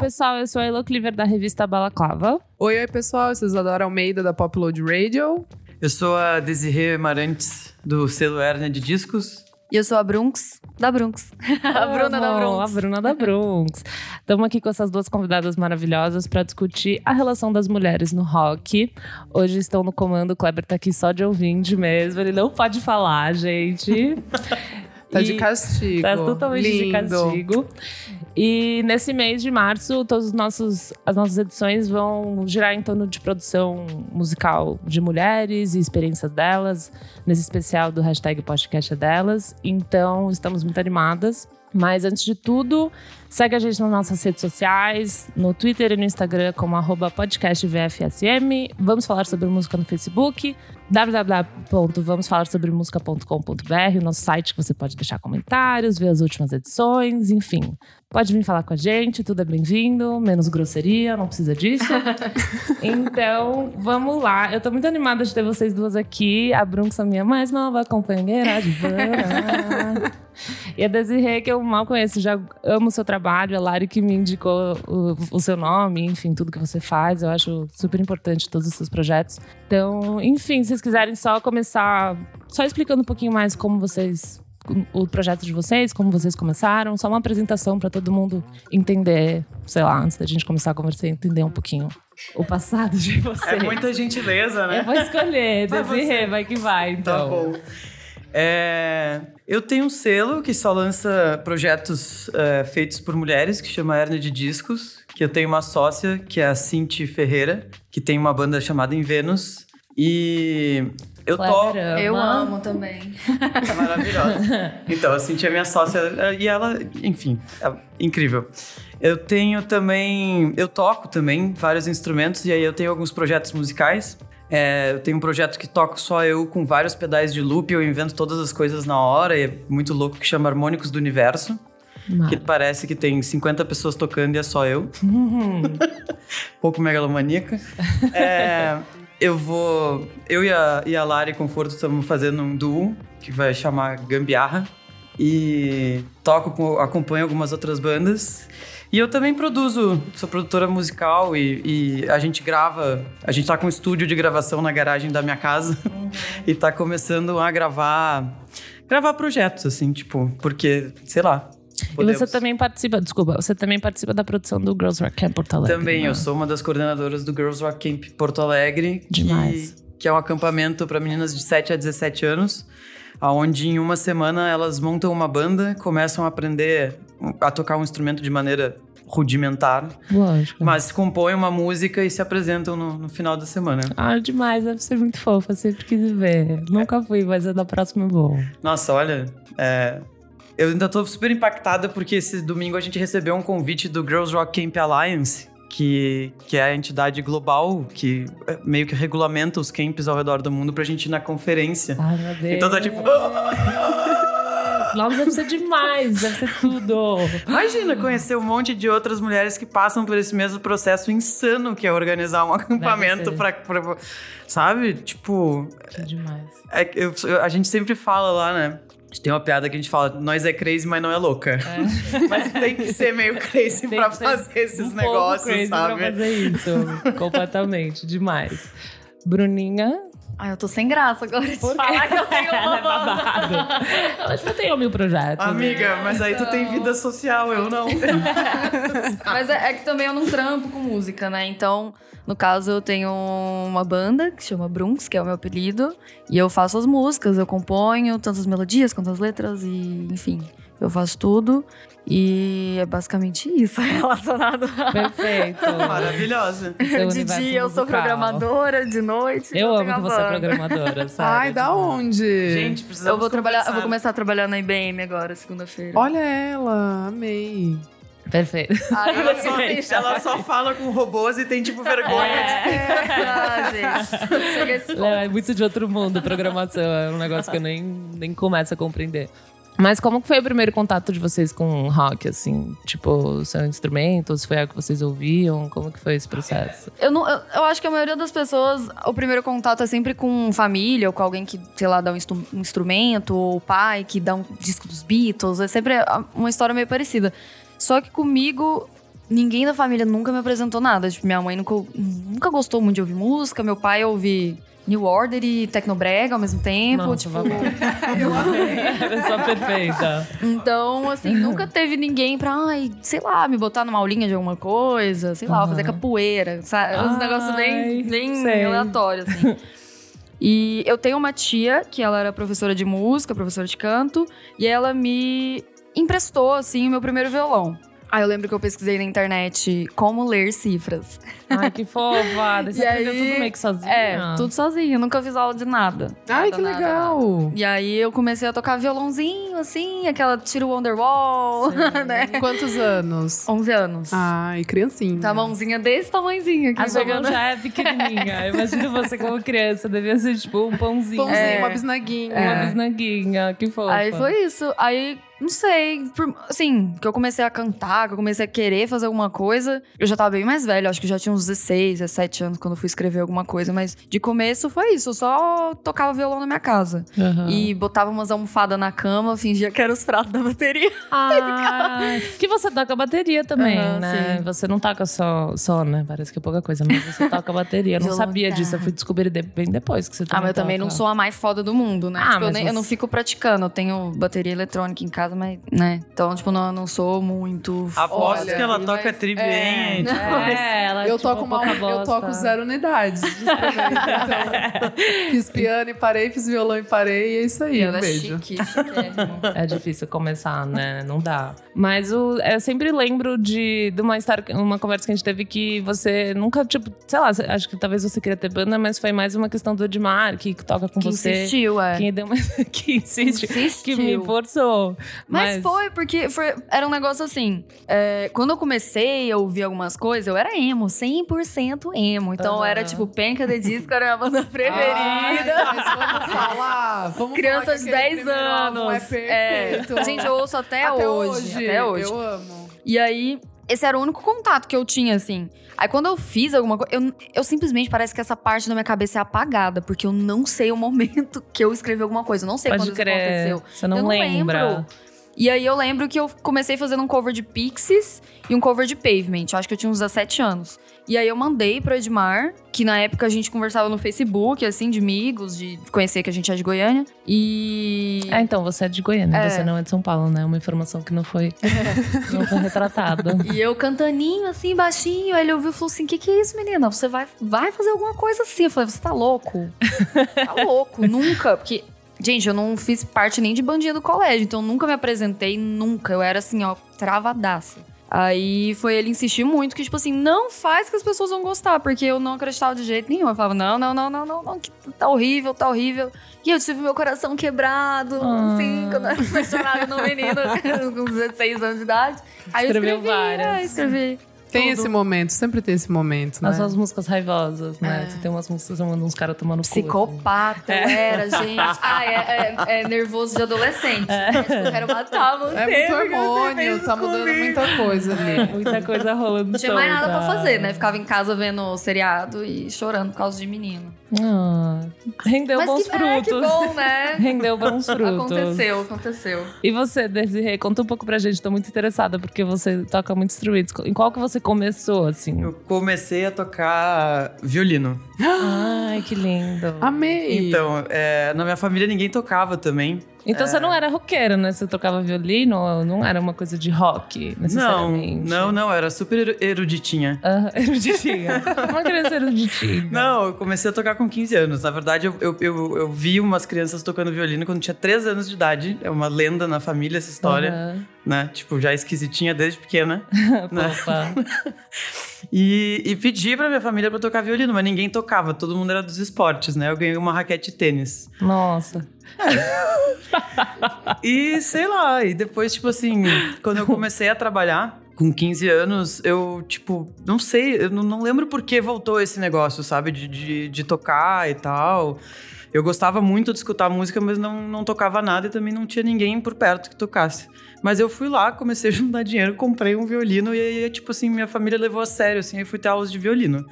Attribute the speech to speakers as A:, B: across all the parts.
A: pessoal, eu sou a Elo Cleaver da revista Balaclava.
B: Oi, oi, pessoal. Eu sou Isadora Almeida, da Popload Radio.
C: Eu sou a Desirê Marantes, do selo Hernia de Discos.
D: E eu sou a Brunx, da Brunx. a Bruna da
A: Bom,
D: Brunx.
A: A Bruna da Brunx. Estamos aqui com essas duas convidadas maravilhosas para discutir a relação das mulheres no rock. Hoje estão no comando, o Kleber tá aqui só de ouvinte mesmo, ele não pode falar, gente.
B: Tá de
A: E-
B: castigo.
A: Tá totalmente de
B: Lindo.
A: castigo. E nesse mês de março, todas os nossos, as nossas edições vão girar em torno de produção musical de mulheres e experiências delas, nesse especial do hashtag podcast é delas. Então, estamos muito animadas. Mas antes de tudo, segue a gente nas nossas redes sociais, no Twitter e no Instagram como arroba podcastvfsm. Vamos falar sobre música no Facebook www.vamosfalarsobremusica.com.br, o nosso site que você pode deixar comentários, ver as últimas edições, enfim. Pode vir falar com a gente, tudo é bem-vindo, menos grosseria, não precisa disso. então, vamos lá. Eu tô muito animada de ter vocês duas aqui. A Brunx, a minha mais nova companheira de banda. E a Desirê, que eu mal conheço, já amo o seu trabalho. é A Lari que me indicou o, o seu nome, enfim, tudo que você faz. Eu acho super importante todos os seus projetos. Então, enfim, se vocês quiserem só começar, só explicando um pouquinho mais como vocês, o projeto de vocês, como vocês começaram, só uma apresentação para todo mundo entender, sei lá, antes da gente começar a conversar, entender um pouquinho o passado de vocês.
C: É muita gentileza, né?
A: Eu vou escolher,
C: Vai
A: Desirê, vai que vai, então.
C: Tá bom. É, eu tenho um selo que só lança projetos é, feitos por mulheres, que chama Hernia de Discos, que eu tenho uma sócia, que é a Cinti Ferreira, que tem uma banda chamada Em Vênus. E eu toco...
A: Clara,
D: Eu
A: ama.
D: amo também.
C: É maravilhosa. Então, eu senti a minha sócia eh, e ela, enfim, é incrível. Eu tenho também, eu toco também vários instrumentos e aí eu tenho alguns projetos musicais. É, eu tenho um projeto que toco só eu com vários pedais de loop, eu invento todas as coisas na hora, e é muito louco, que chama Harmônicos do Universo, que parece que tem 50 pessoas tocando e é só eu
A: Uhum.
C: pouco megalomaníaca. É, eu vou. Eu e a, e a Lari Conforto estamos fazendo um duo que vai chamar Gambiarra. E toco, com, acompanho algumas outras bandas. E eu também produzo, sou produtora musical e, e a gente grava. A gente tá com um estúdio de gravação na garagem da minha casa e tá começando a gravar. Gravar projetos, assim, tipo, porque, sei lá.
A: E você
C: podemos.
A: também participa, desculpa, você também participa da produção do Girls Rock Camp Porto Alegre.
C: Também,
A: né?
C: eu sou uma das coordenadoras do Girls Rock Camp Porto Alegre. que-
A: Demais.
C: Que, é um acampamento para meninas de 7 a 17 anos, onde em uma semana elas montam uma banda, começam a aprender a tocar um instrumento de maneira rudimentar,
A: Lógico.
C: mas compõem uma música e se apresentam no, no final da semana.
A: Ah, demais, deve ser muito fofa, sempre quis ver. Nunca fui, mas é da próxima eu vou.
C: Nossa, olha, é, eu ainda tô super impactada porque esse domingo a gente recebeu um convite do Girls Rock Camp Alliance, que, que é a entidade global que é, meio que regulamenta os camps ao redor do mundo pra gente ir na conferência.
A: Ai, meu Deus.
C: Então tá tipo.
A: Logo deve ser demais, deve ser tudo.
C: Imagina conhecer um monte de outras mulheres que passam por esse mesmo processo insano que é organizar um acampamento
A: ser.
C: pra, pra- Sabe? Tipo,
A: Que demais.
C: é que eu- eu- a gente sempre fala lá, né? Tem uma piada que a gente fala, nós é crazy, mas não é louca. Mas tem que ser meio crazy
A: Tem
C: pra
A: que ser
C: fazer esses
A: Um pouco
C: negócios,
A: crazy Pra
C: sabe?
A: fazer isso, completamente, demais. Bruninha,
D: Ai, eu tô sem graça agora de
A: Por
D: falar que eu tenho
A: ela
D: uma
A: é
D: banda.
A: babado. Ela tipo, tem o meu projeto.
C: Amiga, mas aí tu tem vida social, eu não.
D: Mas é, é que também eu não trampo com música, né? Então, no caso, eu tenho uma banda que chama Brunx, que é o meu apelido. E eu faço as músicas, eu componho tanto as melodias quanto as letras e, enfim, eu faço tudo. E é basicamente isso relacionado a...
A: né? Perfeito.
C: Maravilhosa.
A: Seu
D: de
A: É universo
D: dia eu sou
A: musical.
D: programadora, de noite
A: Eu amo
D: tenho
A: que
D: a
A: você é
D: banda.
A: programadora, sabe?
B: Ai, da
D: um.
B: onde?
C: Gente, precisamos
D: Eu vou trabalhar, eu vou
C: conversar.
D: começar a trabalhar na IBM agora, segunda-feira.
B: Olha ela, amei.
A: Perfeito.
D: Aí
C: Ela
D: você
C: só,
D: deixa-
C: ela só fala com robôs e tem, tipo, vergonha.
D: Ah, gente. É. Chega esse
A: Léo, é muito de outro mundo, programação. É um negócio que eu nem, nem começo a compreender. Mas como que foi o primeiro contato de vocês com o rock, assim? Tipo, o seu instrumento, se foi algo que vocês ouviam? Como que foi esse processo?
D: Eu, não, eu, eu acho que a maioria das pessoas, o primeiro contato é sempre com família, ou com alguém que, sei lá, dá um, instru- um instrumento, ou o pai que dá um disco dos Beatles. É sempre a- uma história meio parecida. Só que comigo, ninguém da família nunca me apresentou nada. Tipo, minha mãe nunca, nunca gostou muito de ouvir música, meu pai ouve New Order e Tecnobrega ao mesmo tempo.
A: Nossa,
D: tipo,
A: babado. Pessoa perfeita.
D: então, assim, nunca teve ninguém pra, ai, sei lá, me botar numa aulinha de alguma coisa, sei lá,
A: Aham.
D: fazer capoeira, sabe? Uns
A: Ai,
B: Ah,
D: negócios bem,
A: sei.
D: bem aleatórios, assim. E eu tenho uma tia que ela era professora de música, professora de canto, e ela me emprestou, assim, o meu primeiro violão. Aí eu lembro que eu pesquisei na internet como ler cifras.
A: Ai, que fofa. Daí Você
D: E
A: aprendeu
D: aí-
A: tudo meio que sozinha.
D: É, tudo sozinha, nunca fiz aula de nada.
B: Ai,
D: Nada,
B: que
D: nada,
B: legal.
D: E aí eu comecei a tocar violãozinho, assim, aquela tiro Wonderwall, né?
B: Quantos anos?
D: 11 anos.
B: Ai, criancinha.
D: Tá a mãozinha desse tamanhozinho aqui.
A: A sua mão
D: jogando.
A: já é pequenininha. Eu Imagino você como criança. Devia ser tipo um pãozinho.
B: Pãozinho,
D: É.
B: uma bisnaguinha.
A: Uma bisnaguinha. Que fofa.
D: Aí foi isso. Aí, não sei, por- assim, que eu comecei a cantar, que eu comecei a querer fazer alguma coisa. Eu já tava bem mais velha, acho que eu já tinha uns 16, 17 anos quando eu fui escrever alguma coisa, mas de começo foi isso. Eu só tocava violão na minha casa.
A: Aham.
D: E botava umas almofadas na cama, fingia que era os pratos da bateria.
A: Ah, que você toca bateria também,
D: Aham,
A: né?
D: sim.
A: Você não toca só, só, né? Parece que é pouca coisa, mas você toca bateria. Eu não
D: Violão
A: sabia
D: guitarra.
A: disso, eu fui descobrir de- bem depois que você
D: Ah,
A: também
D: mas eu também
A: toca.
D: não sou a mais foda do mundo, né?
A: Ah,
D: tipo, eu,
A: mas
D: nem- eu
A: você-
D: não fico praticando. Eu tenho bateria eletrônica em casa, mas, né? Então, tipo, não, não sou muito.
C: Aposto
B: Olha,
C: que ela
B: mas-
C: toca tri
B: é.
C: bem. tipo,
A: É, ela é
B: Eu
A: tipo
B: toco, uma,
A: pouca
B: eu
A: bosta.
B: toco zero unidades. de instrumento, então, fiz piano e parei, fiz violão e parei, e é isso aí.
D: E
B: Um
D: ela é
B: beijo.
D: chique, chiquérrimo.
A: É difícil começar, né? Não dá. Mas o- eu sempre lembro de, de uma história, uma conversa que a gente teve que você nunca, tipo, sei lá, acho que talvez você queria ter banda, mas foi mais uma questão do Edmar, que toca com
D: que
A: você.
D: insistiu, é.
A: Quem deu mais. que insiste. Que
D: Insistiu.
A: me forçou.
D: Mas, foi, porque foi- era um negócio assim. é, quando eu comecei a ouvir algumas coisas, eu era emo, 100% emo. Então
A: Aham.
D: era tipo, penca de disco, era minha banda preferida.
B: Ai, mas vamos falar. Vamos falar
D: Criança
B: Ah, que
D: de
B: aquele
D: 10
B: primeiro álbum
D: anos.
B: É perfeito.
D: Gente, eu ouço até,
B: até
D: hoje. Até hoje.
B: Eu amo.
D: E aí, esse era o único contato que eu tinha, assim. Aí quando eu fiz alguma coisa, eu, eu simplesmente parece que essa parte da minha cabeça é apagada, porque eu não sei o momento que eu escrevi alguma coisa. Eu não sei
A: Pode
D: quando
A: crer.
D: isso aconteceu.
A: Você não,
D: eu não
A: lembra.
D: lembro. E aí eu lembro que eu comecei fazendo um cover de Pixies e um cover de Pavement. Eu acho que eu tinha uns 17 anos. E aí eu mandei pro Edmar, que na época a gente conversava no Facebook, assim, de amigos, de conhecer que a gente é de Goiânia. E.
A: Ah, então, você é de Goiânia,
D: É.
A: você não é de São Paulo, né? Uma informação que não foi, não foi retratada.
D: E eu cantaninho, assim, baixinho. Aí ele ouviu e falou assim: que que é isso, menina? Você vai, vai fazer alguma coisa assim. Eu falei: você tá louco? Tá louco, nunca. Porque, gente, eu não fiz parte nem de bandinha do colégio, então eu nunca me apresentei, nunca. Eu era assim, ó, travadaça. Aí foi ele insistir muito que, tipo assim, não faz que as pessoas vão gostar, porque eu não acreditava de jeito nenhum. Eu falava, não, não, não, não, não, não, que tá horrível, tá horrível. E eu tive meu coração quebrado,
A: Ah.
D: assim, quando eu era apaixonada no menino, com 16 anos de idade. Aí eu
A: Escreveu
D: escrevi,
A: várias.
D: é, escrevi.
B: Tem
D: Tudo.
B: esse momento, sempre tem esse momento, né?
D: É.
A: As suas músicas raivosas, né? Você tem umas músicas chamando uns caras tomando cu, assim.
D: Psicopata, eu era, gente. Ah, é, é- é nervoso de adolescente. Eu quero matar você.
B: É muito
D: porque você fez
B: hormônio,
D: isso
B: tá mudando
D: comigo.
B: muita coisa ali.
A: Muita coisa rolando
D: Não tinha mais nada pra
A: solta.
D: fazer, né? Ficava em casa vendo seriado e chorando por causa de menino.
A: Ah, rendeu
D: Mas
A: bons
D: que, é, que
A: frutos.
D: bom, né?
A: rendeu bons frutos.
D: Aconteceu, aconteceu.
A: E você, Desirê, conta um pouco pra gente. Tô muito interessada, porque você toca muitos instrumentos. Em qual que você começou, assim?
C: Eu comecei a tocar violino.
D: Ah.
A: Ai, que lindo.
B: Amei.
C: Então, é, na minha família ninguém tocava também.
A: Então você não
C: É.
A: era roqueiro, né? Você tocava violino, não era uma coisa de rock,
C: Não,
A: necessariamente.
C: não, não, era super eru- eruditinha.
A: Ah, eruditinha. Uma criança eruditinha.
C: Não, eu comecei a tocar com 15 anos. Na verdade, eu, eu, eu, eu vi umas crianças tocando violino quando eu tinha 3 anos de idade. É uma lenda na família essa história, né? Tipo, já esquisitinha desde pequena.
A: Aham.
C: Né?
A: Fofa.
C: E, e pedi pra minha família pra tocar violino, mas ninguém tocava. Todo mundo era dos esportes, né? Eu ganhei uma raquete de tênis.
A: Nossa.
C: E sei lá, e depois, tipo assim, quando eu comecei a trabalhar com 15 anos, eu, tipo, não sei, eu não, não lembro por que voltou esse negócio, sabe? De, de, de tocar e tal. Eu gostava muito de escutar música, mas não, não tocava nada e também não tinha ninguém por perto que tocasse. Mas eu fui lá, comecei a juntar dinheiro, comprei um violino e aí, tipo assim, minha família levou a sério, assim, aí fui ter aulas de violino.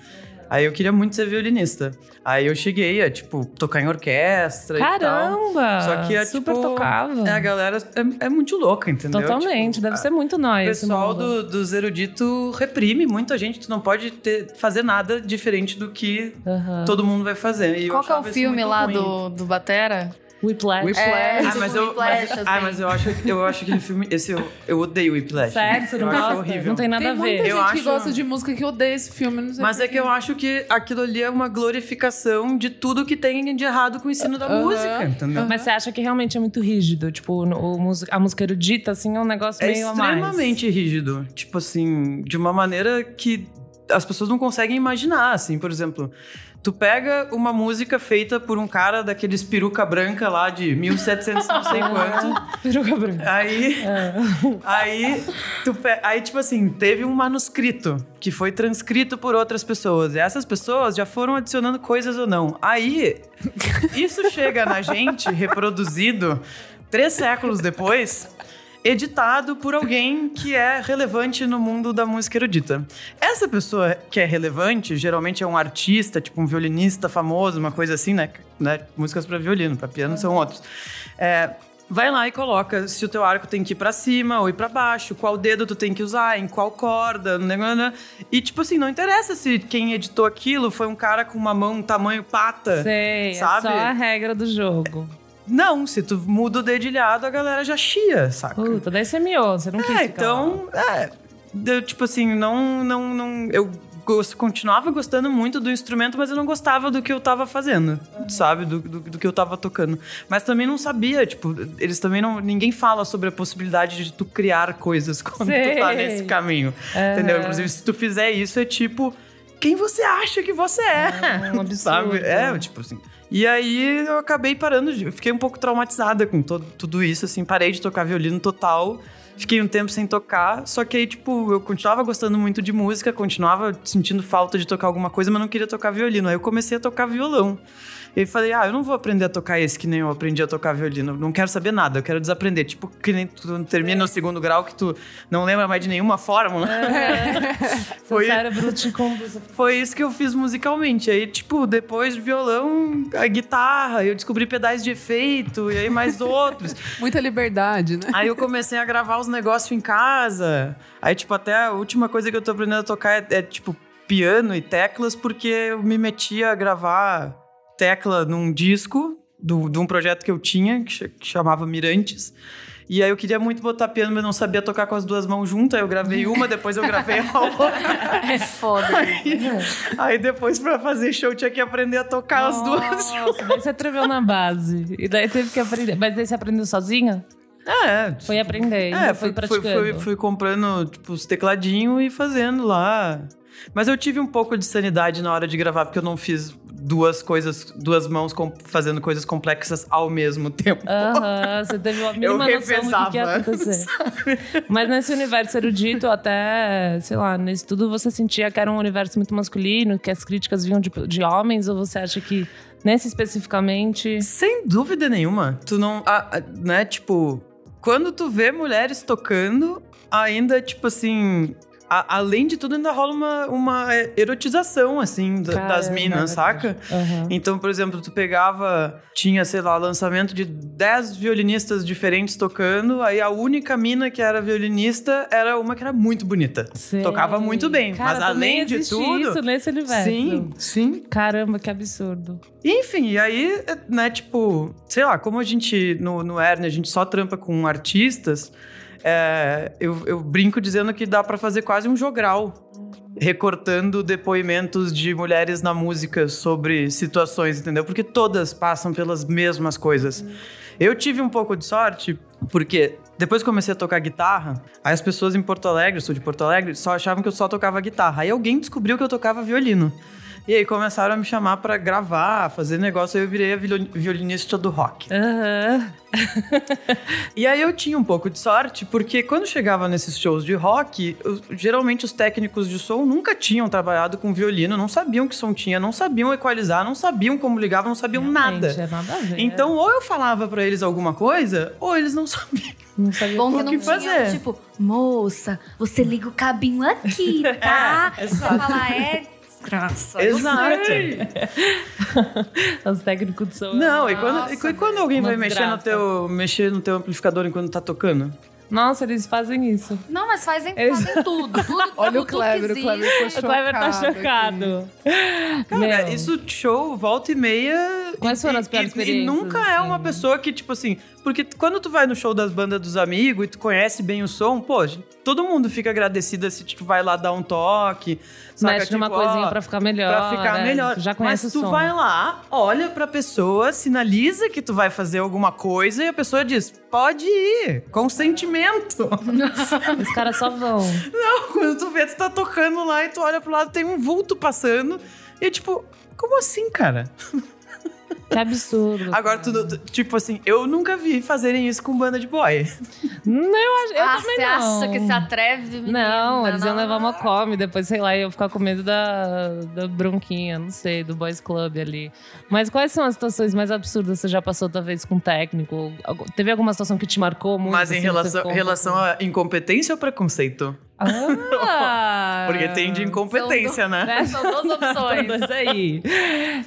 C: Aí eu queria muito ser violinista. Aí eu cheguei a, tipo, tocar em orquestra e tal.
A: Caramba!
C: Só que é,
A: Ah, super
C: tipo,
A: tocava.
C: É, a galera é, é muito louca, entendeu?
A: Totalmente,
C: Tipo,
A: deve
C: a-
A: ser muito nóis.
C: O pessoal
A: esse mundo.
C: do, dos eruditos reprime muita gente. Tu não pode ter- fazer nada diferente do que
A: Aham.
C: todo mundo vai fazer. E eu
D: Qual que é o
C: achava isso
D: filme
C: muito
D: lá
C: ruim.
D: do, do Batera?
A: Whiplash.
B: Whiplash.
D: É,
C: Ah,
D: tipo,
C: mas eu, mas,
D: Whiplash,
C: ah,
D: assim.
C: mas eu acho, eu acho que filme, esse eu, eu odeio Whiplash.
A: É, Sério, você não
C: eu acho
A: gosta?
C: horrível.
A: Não tem nada
B: Tem
A: a
B: muita
A: ver.
B: gente
C: Eu
B: que
C: acho-
B: gosta de música que odeia esse filme. Não sei
C: Mas
B: por
C: é que eu acho que aquilo ali é uma glorificação de tudo que tem de errado com o ensino da
B: Aham.
C: música, entendeu?
A: Mas você acha que realmente é muito rígido? Tipo, no- o mus- a música erudita, assim, é um negócio
C: É
A: meio a mais.
C: extremamente rígido. Tipo assim, de uma maneira que as pessoas não conseguem imaginar, assim, por exemplo. Tu pega uma música feita por um cara daqueles peruca branca lá de 1700 não sei quanto.
A: Peruca branca.
C: Aí
A: É.
C: Aí, tu pe- aí, tipo assim, teve um manuscrito que foi transcrito por outras pessoas. E essas pessoas já foram adicionando coisas ou não. Aí, isso chega na gente, reproduzido, três séculos depois, editado por alguém que é relevante no mundo da música erudita. Essa pessoa que é relevante, geralmente é um artista, tipo um violinista famoso, uma coisa assim, né? né? Músicas para violino, para piano são outros. É, Vai lá e coloca se o teu arco tem que ir pra cima ou ir pra baixo, qual dedo tu tem que usar, em qual corda, nananã. e tipo assim, não interessa se quem editou aquilo foi um cara com uma mão tamanho pata.
A: Sei,
C: Sabe?
A: é só a regra do jogo.
C: Não, se tu muda o dedilhado, a galera já chia, saca?
A: Puta, daí você miou, você não quis ficar
C: é,
A: lá.
C: então, é, eu, tipo assim, não, não, não, eu gosto, continuava gostando muito do instrumento, mas eu não gostava do que eu tava fazendo, sabe, do, do, do que eu tava tocando. Mas também não sabia, tipo, eles também não, ninguém fala sobre a possibilidade de tu criar coisas quando tu tá
A: Sei.
C: nesse caminho,
A: Aham.
C: entendeu? Inclusive, se tu fizer isso, é tipo, quem você acha que você é?
A: É um absurdo.
C: Sabe? É, tipo assim. E aí eu acabei parando, de- eu fiquei um pouco traumatizada com todo, tudo isso, assim, parei de tocar violino total. Fiquei um tempo sem tocar, só que aí, tipo, eu continuava gostando muito de música, continuava sentindo falta de tocar alguma coisa, mas não queria tocar violino. Aí eu comecei a tocar violão. E aí falei, ah, eu não vou aprender a tocar esse que nem eu aprendi a tocar violino. Não quero saber nada, eu quero desaprender. Tipo, que nem tu termina o segundo grau que tu não lembra mais de nenhuma fórmula.
A: Foi...
C: Foi-
A: Seu cérebro te conduz.
C: Foi isso que eu fiz musicalmente. Aí, tipo, depois violão, a guitarra, eu descobri pedais de efeito, e aí mais outros.
B: quê. Muita liberdade, né?
C: aí eu comecei a gravar os negócios em casa. Aí, tipo, até a última coisa que eu tô aprendendo a tocar é, é, tipo, piano e teclas, porque eu me metia a gravar tecla num disco do, de um projeto que eu tinha, que, cha- que chamava Mirantes. E aí eu queria muito botar piano, mas não sabia tocar com as duas mãos juntas. Aí eu gravei uma, depois eu gravei a outra.
D: É foda.
C: Aí depois, pra fazer show, tinha que aprender a tocar as duas.
A: Nossa, daí você atreveu na base. E daí teve que aprender. Mas daí você aprendeu sozinha?
C: É.
A: Foi aprender. e foi
C: É, fui, fui,
A: praticando.
C: fui, fui comprando, tipo, os tecladinhos e fazendo lá. Mas eu tive um pouco de sanidade na hora de gravar, porque eu não fiz duas coisas, duas mãos com- fazendo coisas complexas ao mesmo tempo.
A: Aham, você teve uma mínima noção do que, que ia
C: revezava,
A: acontecer. Mas nesse universo erudito, até, sei lá, nesse tudo você sentia que era um universo muito masculino, que as críticas vinham de, de homens, ou você acha que nesse especificamente.
C: Sem dúvida nenhuma. Tu não. a- a- né, tipo. Quando tu vê mulheres tocando, ainda, tipo assim. a- além de tudo, ainda rola uma, uma é, erotização, assim, da- das
A: Caramba,
C: minas,
A: é
C: saca?
A: Aham.
C: Então, por exemplo, tu pegava, tinha, sei lá, lançamento de 10 violinistas diferentes tocando, aí a única mina que era violinista era uma que era muito bonita.
A: Sei.
C: Tocava muito bem,
A: Cara,
C: mas
A: também
C: além de
A: existe
C: tudo-
A: isso né, nesse universo.
C: Sim, sim.
A: Caramba, que absurdo.
C: Enfim, e aí, né, tipo, sei lá, como a gente, no, no Erne, a gente só trampa com artistas, é, eu, eu brinco dizendo que dá pra fazer quase um jogral, recortando depoimentos de mulheres na música sobre situações, entendeu? Porque todas passam pelas mesmas coisas. Eu tive um pouco de sorte, porque depois que comecei a tocar guitarra, aí as pessoas em Porto Alegre, eu sou de Porto Alegre, só achavam que eu só tocava guitarra. Aí alguém descobriu que eu tocava violino. E aí começaram a me chamar pra gravar, fazer negócio, aí eu virei a violi- violinista do rock.
A: Aham.
C: E aí eu tinha um pouco de sorte, porque quando chegava nesses shows de rock, os- geralmente os técnicos de som nunca tinham trabalhado com violino, não sabiam que som tinha, não sabiam equalizar, não sabiam como ligava, não sabiam
A: Gente,
C: nada.
A: é nada a ver.
C: Então, ou eu falava pra eles alguma coisa, ou eles não sabiam.
A: Não sabia
D: Bom
C: O
D: que
C: que
D: não tinha,
C: fazer?
D: tipo, moça, você liga o cabinho aqui, tá?
C: É,
D: você
C: exato.
D: fala, é,
A: Tá
D: desgraça.
C: Exato.
A: Os técnicos de som.
C: Não, e quando,
B: Nossa,
C: e quando- quando alguém
A: uma
C: vai mexer no,
A: desgraça.
C: teu, mexer no teu amplificador enquanto tá tocando?
A: Nossa, eles fazem isso.
D: Não, mas fazem,
A: Eles-
D: fazem tudo. tudo
B: Olha
D: tudo,
B: o Kleber,
D: tudo
B: o
D: que
B: Kleber
D: existe.
B: ficou
A: O
B: chocado.
A: Kleber tá
B: aqui.
A: chocado.
C: Cara,
A: Meu.
C: isso show, volta e meia.
A: Quais
C: e-
A: foram as
C: e-
A: piores
C: e- E
A: experiências,
C: nunca é uma
A: assim?
C: pessoa que, tipo assim. Porque quando tu vai no show das bandas dos amigos e tu conhece bem o som, pô, todo mundo fica agradecida se tu vai lá dar um toque. Saca?
A: Mexe numa
C: Tipo,
A: coisinha
C: ó,
A: pra ficar melhor.
C: Pra ficar
A: né?
C: melhor.
A: Já conhece
C: Mas
A: o
C: tu
A: som.
C: vai lá, olha pra pessoa, sinaliza que tu vai fazer alguma coisa e a pessoa diz: pode ir, consentimento.
A: Os caras só vão.
C: Quando tu vê, tu tá tocando lá e tu olha pro lado, tem um vulto passando. E tipo, como assim, cara?
A: Que absurdo.
C: Agora, tu, tu- tipo assim, eu nunca vi fazerem isso com banda de boy.
A: Não, Hum, eu, acho- eu
D: ah,
A: também
D: você
A: não.
D: acha que se atreve? menina?
A: Não, eles iam
D: Não.
A: levar uma come, depois, sei lá, eu ficar com medo da, da bronquinha, não sei, do boys club ali. Mas quais são as situações mais absurdas que você já passou, talvez, com um técnico? Ou algu- Teve alguma situação que te marcou muito?
C: Mas em
A: assim, que você
C: relação,
A: ficou um
C: relação
A: pouco-
C: a incompetência ou preconceito?
A: Ah!
C: Porque tem de incompetência, né?
A: Né?
D: São duas opções.
A: Todas aí.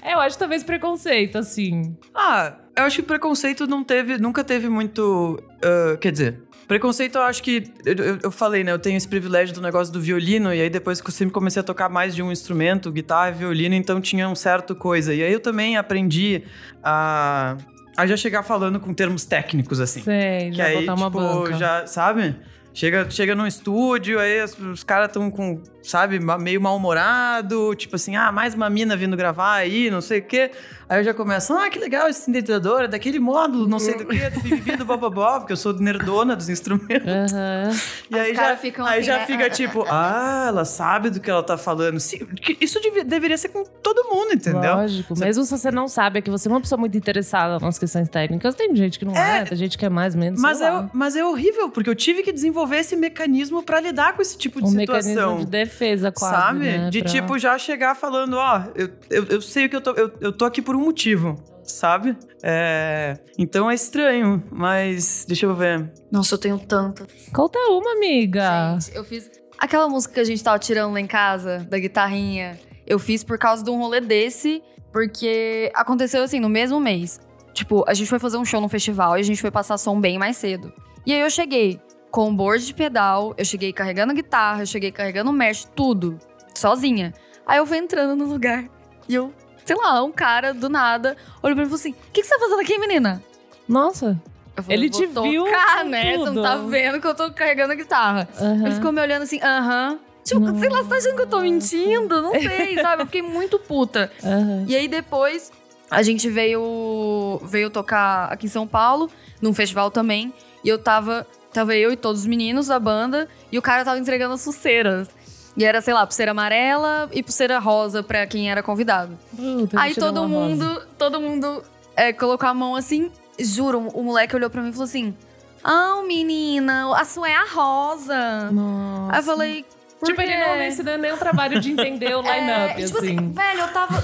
A: Eu acho talvez preconceito, assim.
C: Ah, eu acho que preconceito não teve, nunca teve muito. ah, quer dizer. Preconceito, eu acho que. Eu, eu- eu falei, né? Eu tenho esse privilégio do negócio do violino, e aí depois que eu sempre comecei a tocar mais de um instrumento, guitarra e violino, então tinha um certo coisa. E aí eu também aprendi a, a já chegar falando com termos técnicos, assim.
A: Sei,
C: Que
A: já
C: aí,
A: botar uma
C: tipo,
A: banca.
C: já, sabe? Chega, chega num estúdio, aí os, os caras estão com, sabe, ma- meio mal-humorado, tipo assim, ah, mais uma mina vindo gravar aí, não sei o quê. Aí eu já começo, ah, que legal esse sintetizador, é daquele módulo, não sei do quê, do bibibi, do bobobó, porque eu sou nerdona dos instrumentos.
A: Aham.
C: E aí já,
D: caras ficam
C: aí
D: assim,
C: já
D: né?
C: fica tipo, ah, ela sabe do que ela tá falando. Sim, que isso deve- deveria ser com todo mundo, entendeu?
A: Lógico.
C: Você-
A: Mesmo se você não sabe, é que você é uma pessoa muito interessada nas questões técnicas. Tem gente que não é, tem gente que é mais, menos.
C: Mas
A: sei
C: é,
A: lá.
C: mas é horrível, porque eu tive que desenvolver esse mecanismo pra lidar com esse tipo de
A: um
C: situação.
A: mecanismo de defesa, quase.
C: sabe?
A: né,
C: De
A: pra-
C: tipo já chegar falando, ó, eu, eu, eu sei o que eu tô. Eu, eu tô aqui por um motivo, sabe? É, então é estranho, mas deixa eu ver.
D: Nossa, eu tenho tanto.
A: Conta uma, amiga.
D: Gente, eu fiz. Aquela música que a gente tava tirando lá em casa, da guitarrinha, eu fiz por causa de um rolê desse, porque aconteceu assim, no mesmo mês. Tipo, a gente foi fazer um show num festival e a gente foi passar som bem mais cedo. E aí eu cheguei com o board de pedal, eu cheguei carregando guitarra, eu cheguei carregando merch, tudo, sozinha. Aí eu fui entrando no lugar e eu, sei lá, um cara do nada olhou pra mim e falou assim: O que, que você tá fazendo aqui, menina?
A: Nossa.
D: Eu falei,
A: Ele
D: "Eu vou
A: te viu
D: tocar,
A: com
D: né? Você
A: tudo."
D: não tá vendo que eu tô carregando a guitarra.
A: aham.
D: Ele ficou me olhando assim, aham. Tipo, sei lá, você tá achando que eu tô mentindo? Não sei, sabe? Eu fiquei muito puta.
A: Aham.
D: E aí depois a gente veio veio tocar aqui em São Paulo, num festival também, e eu tava tava eu e todos os meninos da banda, e o cara tava entregando as pulseiras. E era, sei lá, pulseira amarela e pulseira rosa pra quem era convidado.
A: Puta,
D: Aí
A: ele te deu
D: todo
A: uma rosa.
D: mundo, todo mundo é, colocou a mão assim, juro, o moleque olhou pra mim e falou assim: Ah, menina, a sua é a rosa.
A: Nossa.
D: Aí eu falei, por
A: Tipo, ele não
D: quê?
A: nem se deu nem o trabalho de entender o
D: É,
A: line-up,
D: e tipo
A: assim.
D: velho, eu tava.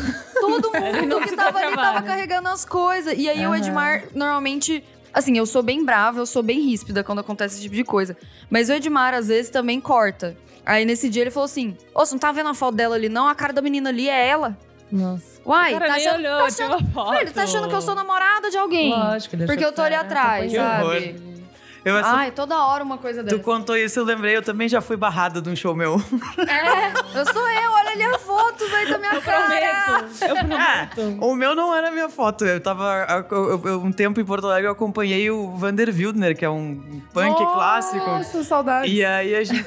D: Todo
A: Ele
D: mundo
A: não
D: que
A: se
D: tava
A: dá
D: ali
A: trabalho.
D: tava carregando as coisas. E aí o
A: Aham.
D: Edmar, normalmente. Assim, eu sou bem brava, eu sou bem ríspida quando acontece esse tipo de coisa. Mas o Edmar, às vezes, também corta. Aí nesse dia ele falou assim: Ô, você não tá vendo a foto dela ali, não? A cara da menina ali é ela.
A: Nossa.
D: Uai,
A: o cara
D: tá
A: nem
D: achando,
A: olhou,
D: tá
A: tirou
D: achando,
A: a foto.
D: velho, tá achando que eu sou namorada de alguém.
A: Lógico, ele achou
D: porque eu tô
A: que
D: ali
A: era
D: atrás,
A: companheiro.
D: sabe?
C: Eu, essa-
D: Ai, toda hora uma coisa
C: tu
D: dessa.
C: contou isso, eu lembrei, eu também já fui barrada de um show meu.
A: Uhum.
D: É, eu sou eu, olha ali a foto, velho, da minha cara.
A: Prometo. Eu prometo.
C: O meu não era minha foto. Eu tava. eu- eu- um tempo em Porto Alegre eu acompanhei o Vander Wildner, que é um punk clássico.
B: Nossa, saudades.
C: E é aí a gente,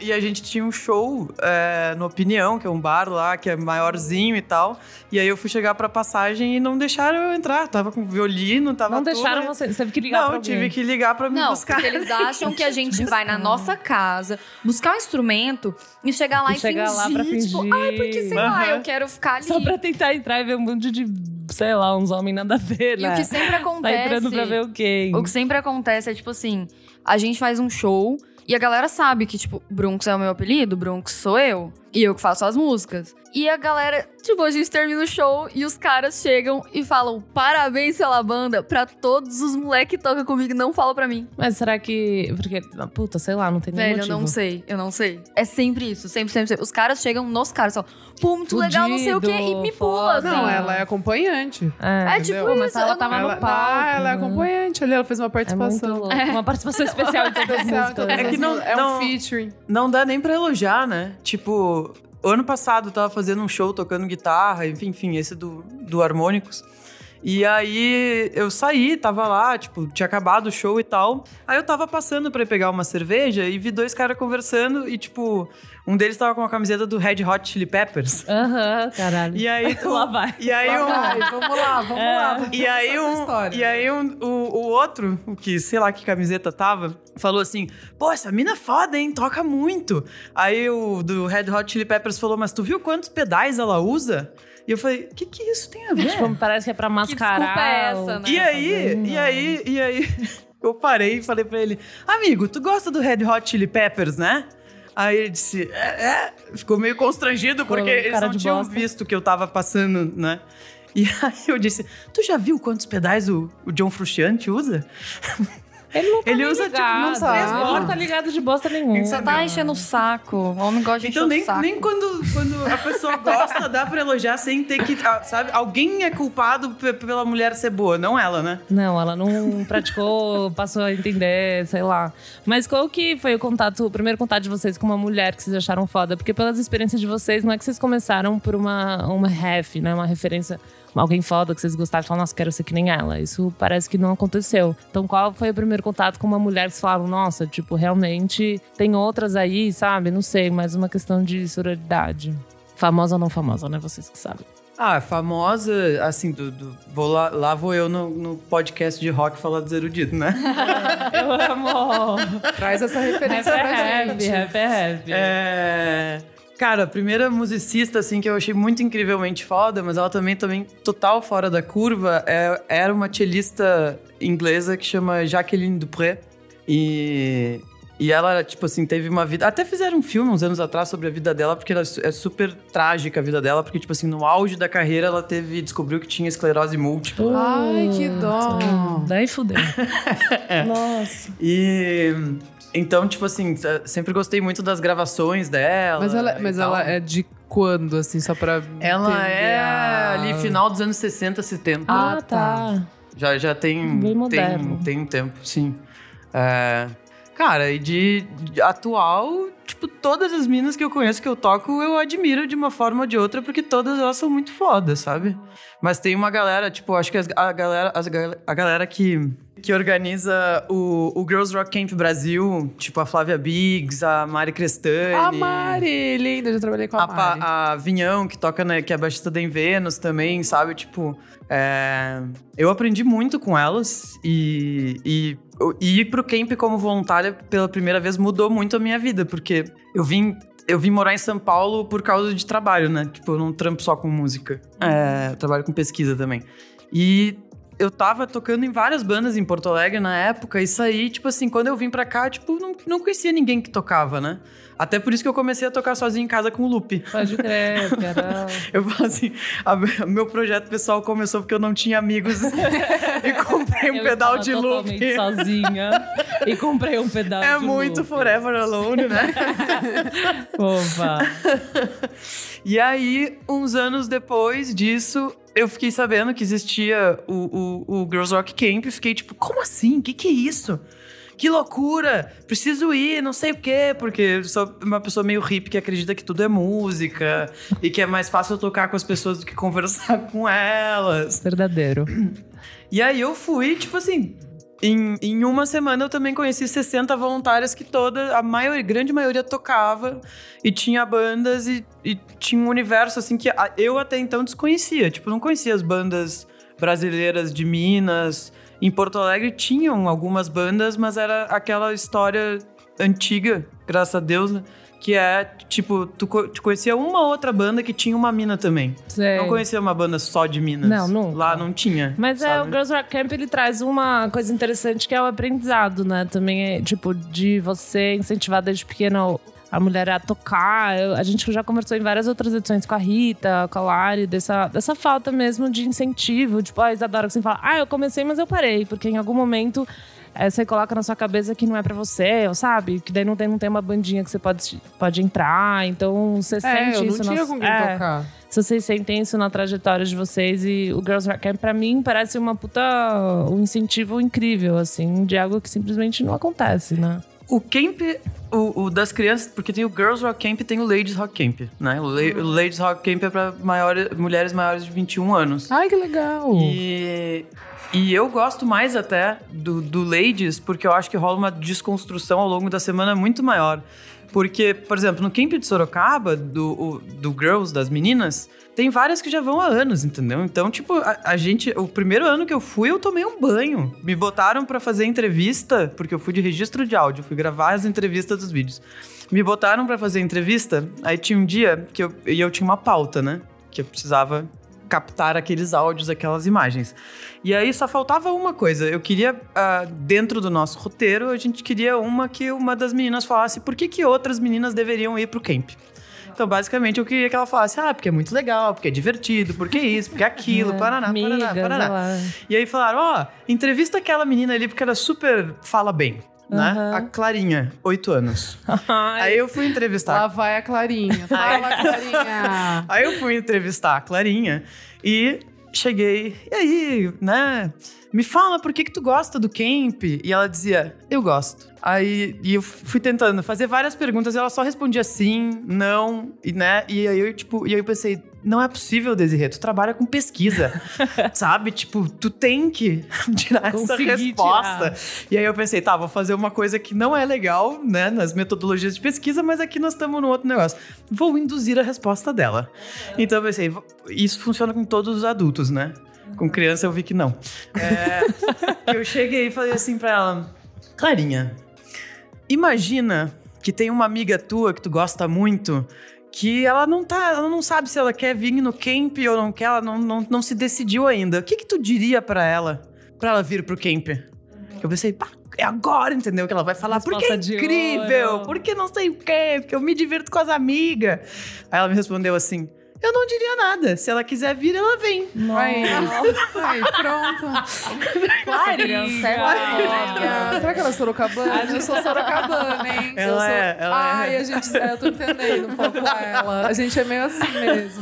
C: e a gente tinha um show é, no Opinião, que é um bar lá, que é maiorzinho e tal. E aí eu fui chegar pra passagem e não deixaram eu entrar. Tava com violino, tava
A: Não
C: tudo. né?
A: deixaram você. Você teve que ligar
C: Não,
A: pra
C: eu tive
A: alguém.
C: que ligar pra me
D: Não,
C: buscar.
D: porque eles acham que a gente vai na nossa casa buscar um instrumento e chegar lá
A: E
D: e,
A: chegar
D: fingir,
A: lá pra
D: tipo,
A: fingir.
D: ai, porque sei lá,
C: Aham.
D: eu quero ficar ali.
A: Só pra tentar entrar e ver um monte de, sei lá, uns homens nada a ver,
D: E
A: né?
D: o que sempre
A: Tá
D: acontece.
A: entrando pra ver o quê?
D: O que sempre acontece é tipo assim, a gente faz um show e a galera sabe que tipo, Brunx é o meu apelido, Brunx sou eu. E eu que faço as músicas. E a galera, tipo, a gente termina o show e os caras chegam e falam parabéns pela banda pra todos os moleques que tocam comigo não falam pra mim.
A: Mas será que. Porque, puta, sei lá, não tem nenhum
D: Velho, eu
A: motivo.
D: não sei, eu não sei. É sempre isso, sempre, sempre, sempre. Os caras chegam nos caras e falam, pô, muito legal, não sei o quê, e me
A: Fudido,
D: pula, assim.
A: foda.
B: Não, ela é acompanhante.
A: É,
D: É tipo
B: Entendeu?
D: isso.
A: mas ela
D: eu não-
A: tava
B: Ela,
A: no palco.
B: ah, ela é acompanhante ali, ela fez uma
A: é muito
B: participação.
A: louco. Uma participação especial em todas as
B: Especial,
A: músicas.
B: todas
C: É
B: as
C: que não-
B: músicas. é um
C: não-
B: featuring.
C: Não dá nem pra elogiar, né? Tipo, ano passado eu tava fazendo um show tocando guitarra, enfim, enfim, esse do, do Harmônicos. E aí eu saí, tava lá, tipo, tinha acabado o show e tal. Aí eu tava passando pra pegar uma cerveja e vi dois caras conversando e, tipo, um deles tava com uma camiseta do Red Hot Chili Peppers.
A: Aham, caralho.
C: E aí tu-
A: Lá vai.
C: E aí um,
B: vamos lá, vamos
A: É.
B: lá. vamos
C: e aí,
B: essa
C: um,
B: história.
C: e aí um, o, o outro, o que sei lá que camiseta tava, falou assim: Pô, essa mina é foda, hein? Toca muito. Aí o do Red Hot Chili Peppers falou: Mas tu viu quantos pedais ela usa? E eu falei: O que, que isso tem a ver?
A: Tipo, parece que é pra mascarar.
D: desculpa é essa,
A: o-
D: né?
C: E aí,
A: Não.
C: e aí, e aí, eu parei e falei pra ele: Amigo, tu gosta do Red Hot Chili Peppers, né? Aí ele disse: É, é. Ficou meio constrangido
A: Pô,
C: porque eles
A: cara
C: não
A: de
C: tinham
A: bosta.
C: visto que eu tava passando, né? E aí eu disse: Tu já viu quantos pedais o, o John Frusciante usa?
A: Ele não tá
C: Ele
A: nem
C: usa, tipo,
A: ligado.
C: não sabe.
A: Ele não tá ligado de bosta nenhuma.
D: Só tá enchendo o saco. O homem gosta de
A: é um
C: Então
D: encher
C: nem,
D: o saco.
C: nem quando, quando a pessoa gosta dá pra elogiar sem ter que. ah, Sabe? Alguém é culpado pe- pela mulher ser boa, não ela, né?
A: Não, ela não praticou, passou a entender, sei lá. Mas qual que foi o contato, o primeiro contato de vocês com uma mulher que vocês acharam foda? Porque pelas experiências de vocês, não é que vocês começaram por uma, uma ref, né? Uma referência, alguém foda que vocês gostaram e falaram, nossa, quero ser que nem ela. Isso parece que não aconteceu. Então qual foi o primeiro contato com uma mulher que vocês falaram, nossa, tipo, realmente tem outras aí, sabe? Não sei, mas uma questão de sororidade. Famosa ou não famosa, né? Vocês que sabem.
C: Ah, famosa, assim, do, do- vou lá, lá vou eu no, no podcast de rock falar dos eruditos, né?
A: Eu amo!
B: Traz essa
A: Rap
B: referência
A: é
B: pra
A: rap,
B: gente.
A: rap é rap.
C: É, Cara, a primeira musicista, assim, que eu achei muito incrivelmente foda, mas ela também, também total fora da curva, é- era uma cellista inglesa que chama Jacqueline Dupré. E, e ela, tipo assim, teve uma vida... Até fizeram um filme uns anos atrás sobre a vida dela, porque ela é su- é super trágica a vida dela, porque, tipo assim, no auge da carreira ela teve... Descobriu que tinha esclerose múltipla.
B: Ai, que dó.
A: Puta, Daí fudeu.
C: É.
A: Nossa.
C: E então, tipo assim, t- sempre gostei muito das gravações dela.
B: Mas, ela,
C: e
B: mas
C: tal.
B: ela é de quando, assim, só pra.
C: Ela
B: entender
C: é
B: a-
C: ali final dos anos 60, 70.
A: Ah,
B: Ah,
A: tá.
B: tá.
C: Já, já tem,
A: Bem
C: tem,
A: moderno.
C: tem um tempo, sim. É, cara, e de, de atual, tipo, todas as minas que eu conheço, que eu toco, eu admiro de uma forma ou de outra, porque todas elas são muito fodas, sabe? Mas tem uma galera, tipo, acho que as- a galera, as gal- a galera que, que organiza o, o Girls Rock Camp Brasil, tipo a Flávia Biggs, a Mari Crestani.
B: A Mari, linda, já trabalhei com a,
C: A, pa-
B: Mari.
C: a Vinhão, que toca, na, que é baixista da Vênus também, sabe? Tipo, é, eu aprendi muito com elas e, e, e ir pro camp como voluntária pela primeira vez mudou muito a minha vida, porque eu vim. Eu vim morar em São Paulo por causa de trabalho, né? Tipo, eu não trampo só com música. É, eu trabalho com pesquisa também. E eu tava tocando em várias bandas em Porto Alegre na época, e saí, tipo assim, quando eu vim pra cá, tipo, não, não conhecia ninguém que tocava, né? Até por isso que eu comecei a tocar sozinho em casa com o Lupe.
A: Pode crer, cara.
C: Eu falo assim, a- meu projeto pessoal começou porque eu não tinha amigos e comprei um
A: Eu
C: pedal
A: estava
C: de
A: totalmente
C: Lupe.
A: sozinha e comprei um pedal de
C: É
A: loop.
C: muito forever alone, né?
A: Opa.
C: E aí, uns anos depois disso, eu fiquei sabendo que existia o, o, o Girls Rock Camp e fiquei tipo, como assim? O que, que é isso? Que loucura! Preciso ir, não sei o quê, porque eu sou uma pessoa meio hippie que acredita que tudo é música e que é mais fácil eu tocar com as pessoas do que conversar com elas.
A: Verdadeiro.
C: E aí eu fui, tipo assim. Em, em uma semana eu também conheci 60 voluntárias que toda, a maior, grande maioria tocava e tinha bandas e, e tinha um universo assim que a- eu até então desconhecia. Tipo, não conhecia as bandas brasileiras de Minas. Em Porto Alegre tinham algumas bandas, mas era aquela história antiga, graças a Deus, né? que é tipo, tu, co- tu conhecia uma outra banda que tinha uma mina também.
A: Sei.
C: Não conhecia uma banda só de Minas.
A: É. Não, nunca.
C: Lá não tinha.
A: Mas é, o
C: sabe?
A: Girls Rock Camp ele traz uma coisa interessante que é o aprendizado, né? Também é tipo de você incentivar desde pequeno a mulher a tocar. Eu- a gente já conversou em várias outras edições com a Rita, com a Lari, dessa, dessa falta mesmo de incentivo. Tipo, a Isadora que você fala, ah, eu comecei, mas eu parei, porque em algum momento. eh, você coloca na sua cabeça que não é pra você, ou sabe? Que daí não tem, não tem uma bandinha que você pode, pode entrar. Então você
B: É,
A: sente
B: eu não
A: isso
B: tinha
A: nas-
B: com quem
A: é
B: tocar.
A: se vocês sentem isso na trajetória de vocês e o Girls Rock Camp, pra mim, parece uma puta... um incentivo incrível, assim, de algo que simplesmente não acontece, né?
C: O camp, o, o das crianças, porque tem o Girls Rock Camp e tem o Ladies Rock Camp, né? O, la- o Ladies Rock Camp é pra maiores, mulheres maiores de 21 anos.
B: Ai, que legal.
C: E, e eu gosto mais até do, do Ladies, porque eu acho que rola uma desconstrução ao longo da semana muito maior. Porque, por exemplo, no Camp de Sorocaba, do, o- do Girls, das meninas, tem várias que já vão há anos, entendeu? Então, tipo, a, a gente. O primeiro ano que eu fui, eu tomei um banho. Me botaram pra fazer entrevista, porque eu fui de registro de áudio, fui gravar as entrevistas dos vídeos. Me botaram pra fazer entrevista, aí tinha um dia que eu, e eu tinha uma pauta, né? Que eu precisava captar aqueles áudios, aquelas imagens. E aí só faltava uma coisa. Eu queria, ah, dentro do nosso roteiro, a gente queria uma que uma das meninas falasse por que, que outras meninas deveriam ir pro camp. Então, basicamente, eu queria que ela falasse, ah, porque é muito legal, porque é divertido, porque isso, porque é aquilo, paraná, paraná,
A: É, Amigas,
C: paraná.
A: sei lá.
C: E aí falaram, ó, entrevista aquela menina ali porque ela é super fala bem, né?
A: Aham.
C: A Clarinha, oito anos. Aí eu fui entrevistar.
B: Lá vai a Clarinha. tá? Fala, Clarinha.
C: Aí eu fui entrevistar a Clarinha e cheguei, e aí, né? Me fala por que que tu gosta do camp? E ela dizia, eu gosto. Aí e eu fui tentando fazer várias perguntas e ela só respondia sim, não, e né? E aí eu tipo, e aí eu pensei, não é possível, Desirê, tu trabalha com pesquisa, sabe? Tipo, tu tem que tirar
A: Consegui
C: essa resposta. E aí eu pensei, tá, vou fazer uma coisa que não é legal, né, nas metodologias de pesquisa, mas aqui nós estamos num outro negócio. Vou induzir a resposta dela. Então eu pensei, v- isso funciona com todos os adultos, né? Com criança eu vi que não. É, eu cheguei e falei assim pra ela, Clarinha, imagina que tem uma amiga tua que tu gosta muito que ela não tá, ela não sabe se ela quer vir no camp ou não quer, ela não, não, não se decidiu ainda. O que que tu diria pra ela, pra ela vir pro camp? Eu pensei, pá, é agora, entendeu? Que ela vai falar, porque é
A: Resposta de
C: incrível,
A: ouro."
C: porque não sei o quê, porque eu me divirto com as amigas. Aí ela me respondeu assim, eu não diria nada, se ela quiser vir, ela vem.
B: Aí, aí, pronto.
D: criança é
B: Clarinha. Será que ela é sorocabana? Eu sou sorocabana, hein?
C: Ela
B: eu sou...
C: é, ela é.
B: Ai, a gente... é, Eu tô entendendo um pouco ela. A gente é meio assim mesmo.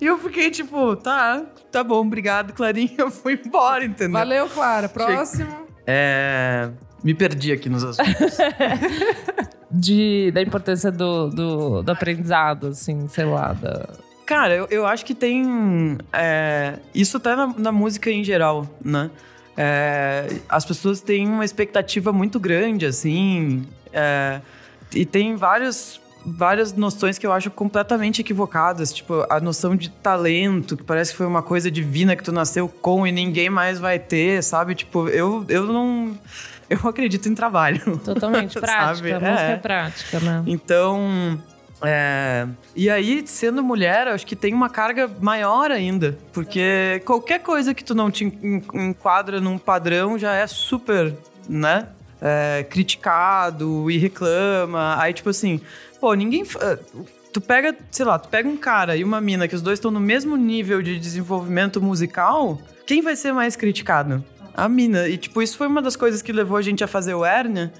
C: E eu fiquei tipo, tá, tá bom, obrigado, Clarinha, eu fui embora, entendeu?
B: Valeu, Clara. Próximo.
C: É... Me perdi aqui nos assuntos.
A: De, da importância do, do, do aprendizado, assim, sei lá. Da...
C: Cara, eu, eu acho que tem. é, isso até na, na música em geral, né? É, as pessoas têm uma expectativa muito grande, assim. é, e tem vários. Várias noções que eu acho completamente equivocadas, tipo a noção de talento, que parece que foi uma coisa divina que tu nasceu com e ninguém mais vai ter, sabe? Tipo, eu, eu não. Eu acredito em trabalho.
A: Totalmente
C: Sabe?
A: prática,
C: É.
A: música é prática, né?
C: Então. é, E aí, sendo mulher, eu acho que tem uma carga maior ainda. Porque qualquer coisa que tu não te en- enquadra num padrão já é super, né? é, criticado e reclama. Aí, tipo assim, pô, ninguém. fa- Tu pega, sei lá, tu pega um cara e uma mina que os dois estão no mesmo nível de desenvolvimento musical, quem vai ser mais criticado? A mina. E, tipo, isso foi uma das coisas que levou a gente a fazer o Hérnia,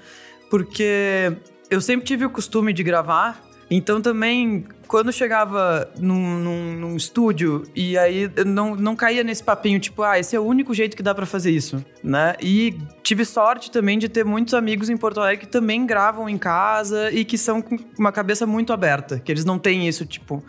C: porque eu sempre tive o costume de gravar, então também quando eu chegava num, num- num estúdio e aí eu não, não caía nesse papinho tipo, ah, esse é o único jeito que dá pra fazer isso, né? E tive sorte também de ter muitos amigos em Porto Alegre que também gravam em casa e que são com uma cabeça muito aberta, que eles não têm isso, tipo,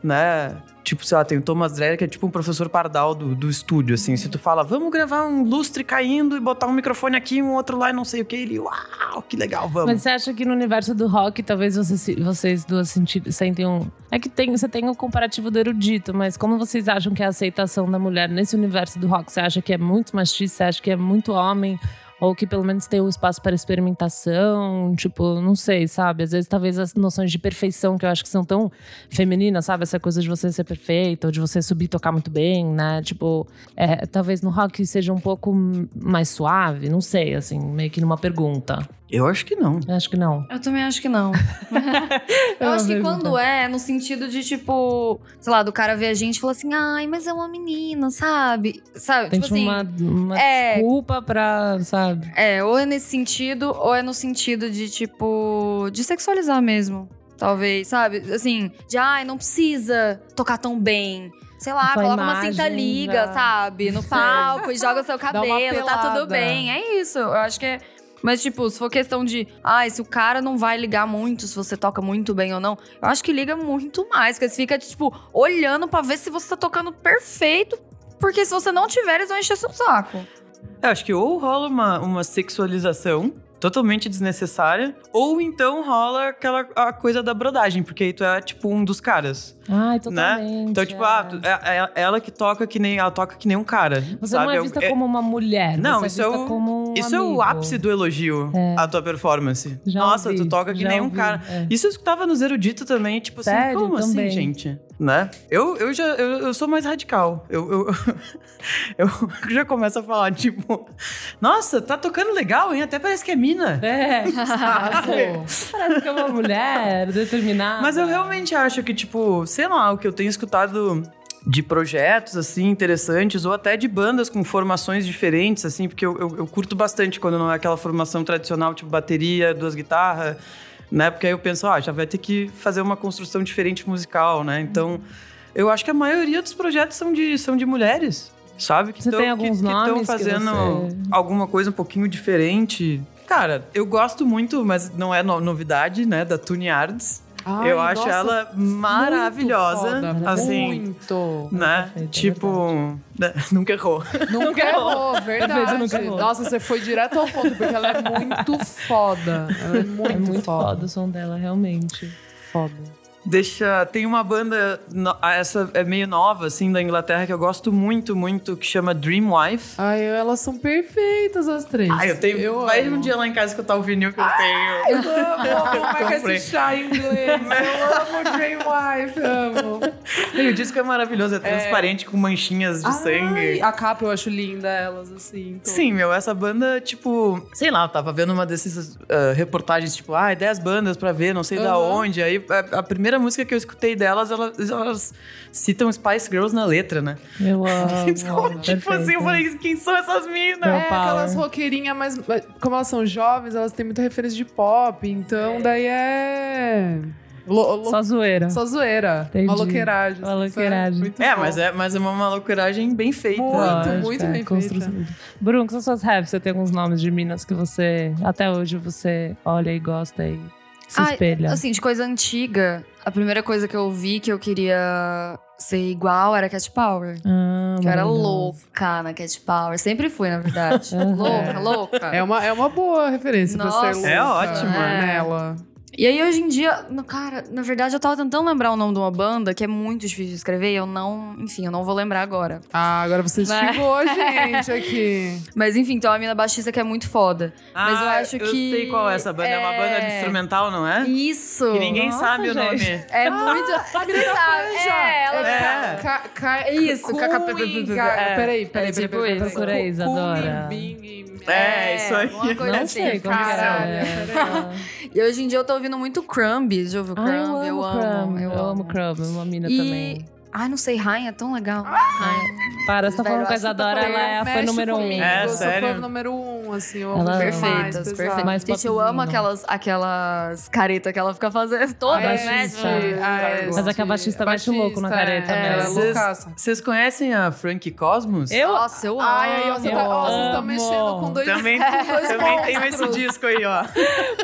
C: né? Tipo, sei lá, tem o Thomas Dreyer, que é tipo um professor pardal do, do estúdio, assim. Se tu fala, vamos gravar um lustre caindo e botar um microfone aqui e um outro lá e não sei o que, ele, uau, que legal, vamos.
A: Mas você acha que no universo do rock, talvez você se- vocês duas senti- sentem um. É que tem, você tem o comparativo do erudito, mas como vocês acham que é a aceitação da mulher nesse universo do rock? Você acha que é muito machista? Você acha que é muito homem? Ou que pelo menos tem um espaço para experimentação? Tipo, não sei, sabe? Às vezes, talvez as noções de perfeição que eu acho que são tão femininas, sabe? Essa coisa de você ser perfeita, ou de você subir e tocar muito bem, né? Tipo, é, talvez no rock seja um pouco mais suave, não sei, assim, meio que numa pergunta.
C: Eu acho que não.
A: Eu acho que não.
D: Eu também acho que não. eu
A: uma
D: acho que
A: pergunta.
D: quando é, no sentido de, tipo, sei lá, do cara ver a gente e falar assim, ai, mas é uma menina, sabe? Sabe?
A: Tem
D: tipo
A: tipo
D: assim.
A: uma, uma
D: é.
A: desculpa pra, sabe?
D: É, ou é nesse sentido, ou é no sentido de, tipo, de sexualizar mesmo. Talvez, sabe? Assim, de ai, não precisa tocar tão bem. Sei lá,
A: Sua
D: coloca uma
A: imagem
D: cinta liga,
A: já-
D: sabe? No palco e joga seu
B: né? uma
D: cabelo, tá
B: pelada.
D: tudo bem. É isso. Eu acho que é. Mas, tipo, se for questão de, ai, se o cara não vai ligar muito, se você toca muito bem ou não, eu acho que liga muito mais. Porque você fica, tipo, olhando pra ver se você tá tocando perfeito. Porque se você não tiver, eles vão encher seu saco.
C: Eu acho que ou rola uma, uma sexualização totalmente desnecessária, ou então rola aquela a coisa da brodagem, porque aí tu é tipo um dos caras.
A: Ai, totalmente.
C: Então, tipo,
A: é.
C: ah, tu- é- é ela que toca que nem ela toca que nem um cara.
A: Você
C: sabe?
A: não é vista como uma mulher.
C: Não,
A: você
C: isso
A: é
C: é
A: vista
C: o-
A: como um
C: Isso é o
A: amigo. É.
C: ápice do elogio à tua performance.
A: Já
C: Nossa,
A: ouvi,
C: tu toca que
A: já
C: nem um
A: ouvi,
C: cara.
A: é.
C: Isso eu escutava nos eruditos também, tipo assim,
A: Sério?
C: como assim,
A: Também.
C: gente? Né? Eu, eu já eu, eu sou mais radical. Eu, eu, eu já começo a falar, tipo, nossa, tá tocando legal, hein? Até parece que é mina.
A: É, arrasou. Parece que é uma mulher determinada.
C: Mas eu realmente acho que, tipo, sei lá, o que eu tenho escutado de projetos, assim, interessantes, ou até de bandas com formações diferentes, assim, porque eu, eu- eu curto bastante quando não é aquela formação tradicional, tipo bateria, duas guitarras, né? Porque aí eu penso, ah, já vai ter que fazer uma construção diferente musical, né? Então, eu acho que a maioria dos projetos são de, são de mulheres, sabe? Que
A: Você
C: tão-
A: tem alguns
C: que, que tão
A: nomes que
C: fazendo
A: você-
C: alguma coisa um pouquinho diferente. Cara, eu gosto muito, mas não é no- novidade, né? Da Tune Arts.
B: Ai,
C: eu acho
B: nossa,
C: ela maravilhosa.
B: muito foda,
C: assim,
B: Muito.
C: né?
A: Perfeito, é
C: tipo, né, nunca errou.
B: Nunca errou, verdade.
A: Perfeito, nunca errou.
B: Nossa, você foi direto ao ponto, porque ela é muito foda. Ela é muito,
A: É muito foda
B: foda.
A: o som dela, realmente.
B: foda.
C: Deixa. Tem uma banda, no- ah, essa é meio nova, assim, da Inglaterra, que eu gosto muito, muito, que chama Dream Wife.
B: Ai, elas são perfeitas as três.
C: Ah, eu tenho. vai
B: amo. Ah!
C: um dia lá em casa que eu tá o vinil que eu tenho.
B: Eu amo, como é que é
C: Comprei.
B: esse chá em inglês? Eu amo Grey Wife, amo.
C: E o disco é maravilhoso, é transparente com manchinhas de
B: Ai,
C: sangue.
B: A capa eu acho linda, elas assim. todas.
C: Sim, meu, essa banda, tipo, sei lá, eu tava vendo uma dessas ah, reportagens, tipo, ah, 10 bandas pra ver, não sei da
B: Aham.
C: onde. Aí é, a, a primeira música que eu escutei delas, elas, elas citam Spice Girls na letra, né?
A: Eu amo.
C: Então, tipo assim, eu falei, quem são essas minas?
A: Girl
B: É,
A: power.
B: aquelas roqueirinhas, mas mas como elas são jovens, elas têm muita referência de pop, então daí é. Lo, lo-
A: Só zoeira.
B: só zoeira.
A: É. Entendi.
B: Maloqueiragem. assim,
A: Maloqueiragem.
B: sabe? Muito
C: É,
B: bom.
C: mas é, mas é uma malucuragem bem feita.
B: Muito,
A: Lógico,
B: muito
A: é,
B: bem
A: construção. Bruno, que são suas raps? Você tem alguns nomes de minas que você, até hoje, você olha e gosta e se
D: Ah,
A: espelha?
D: Assim, de coisa antiga, a primeira coisa que eu vi que eu queria ser igual era Cat Power.
A: Ah,
D: Eu era
A: maravilhoso. Uhum.
D: louca na Cat Power. Sempre fui, na verdade. louca, louca.
A: um
B: É uma, é uma boa referência pra
D: Nossa.
B: ser né, louca.
C: É ótima.
D: É.
B: Nela.
D: E aí, hoje em dia, no- cara, na verdade, eu tava tentando lembrar o nome de uma banda que é muito difícil de escrever e eu não. Enfim, eu não vou lembrar agora.
B: Ah, agora você
D: Né?
B: estigou a gente aqui.
D: Mas enfim, tem uma mina baixista que é muito foda.
C: Ah,
D: Mas eu acho que-
C: Eu sei qual é essa banda, é, uma
D: é.
C: banda de instrumental, não
A: Ah.
C: é?
D: Isso!
C: Que ninguém
A: Nossa,
C: sabe o
A: gente.
C: nome.
D: É muito. Você sabe? É, ela
C: É.
A: tá
B: Ca, ca,
D: É isso,
B: cu-
D: caca-
B: e
C: é.
B: gaga. Peraí, peraí,
D: É
B: peraí.
D: tipo
B: peraí, peraí.
D: isso.
A: Procura aí,
B: Cu-
A: Isadora.
B: cumbim, bim,
C: É, isso aí.
D: Uma coisa
A: Não
D: assim,
A: sei como que é.
D: cara.
A: era.
D: E hoje em dia eu tô ouvindo muito Crumb. Já ouviu
A: Ah,
D: Crumb?
A: eu amo Crumb. Eu amo Crumb, uma mina
D: E-
A: também.
D: Ai, não sei, Ryan é tão legal.
B: Ah,
D: é Ryan.
A: Para, você tá falando com a Isadora, ela é a fã
B: Mexe
A: número um.
B: comigo,
C: É,
B: eu sou
C: sério?
B: fã número um, assim. Eu amo
A: Ela- é
B: demais,
D: Perfeitas,
B: pesado.
D: perfeitas.
A: Mais
D: Gente, eu
A: popzinho.
D: amo aquelas, aquelas caretas que ela fica fazendo.
B: Ah,
D: Todas,
A: Ai,
D: né?
A: gente, é Mas é que a baixista mexe
B: é, baixista,
A: o louco na careta né?
B: é,
A: mesmo.
B: Ela é
C: Vocês-
B: loucaça.
C: Vocês conhecem a Frankie Cosmos?
A: Eu
D: Nossa, eu amo.
B: Ai, aí, ó, você tá, ó, vocês estão
A: amo.
B: mexendo com dois...
C: Também, também tenho esse disco aí, ó.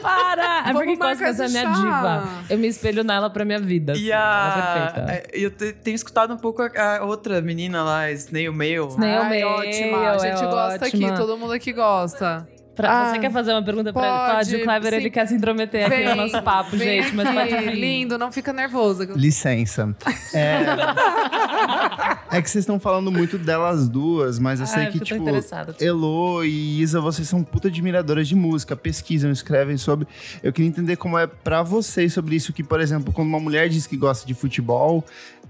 A: Para! É
B: Vamos
A: porque
B: marcar
A: Cosmos é
B: esse
A: minha
B: chá.
A: diva. Eu me espelho nela pra minha vida. assim,
C: E
A: Ela é
C: a.
A: perfeita.
C: Eu te- tenho escutado um pouco a, a outra menina lá, Snail Mail.
A: Snail- Meu,
B: Ai,
A: meu,
B: ótima. A gente
A: é
B: gosta
A: ótima.
B: aqui, todo mundo aqui gosta.
A: Pra-
B: Ah,
A: você quer fazer uma pergunta pra ele?
B: pode,
A: Pode, o Kleber
B: sim.
A: ele quer se intrometer aqui no É nosso papo,
B: vem
A: gente, mas tá
B: aqui,
A: pode vir.
B: lindo, não fica nervoso.
E: Licença. É, é que vocês estão falando muito delas duas, mas eu
A: Ah,
E: sei
A: é
E: que,
A: porque eu tô
E: tipo,
A: interessada.
E: Elo e Isa, vocês são puta admiradoras de música, pesquisam, escrevem sobre. Eu queria entender como é pra vocês sobre isso, que, por exemplo, quando uma mulher diz que gosta de futebol,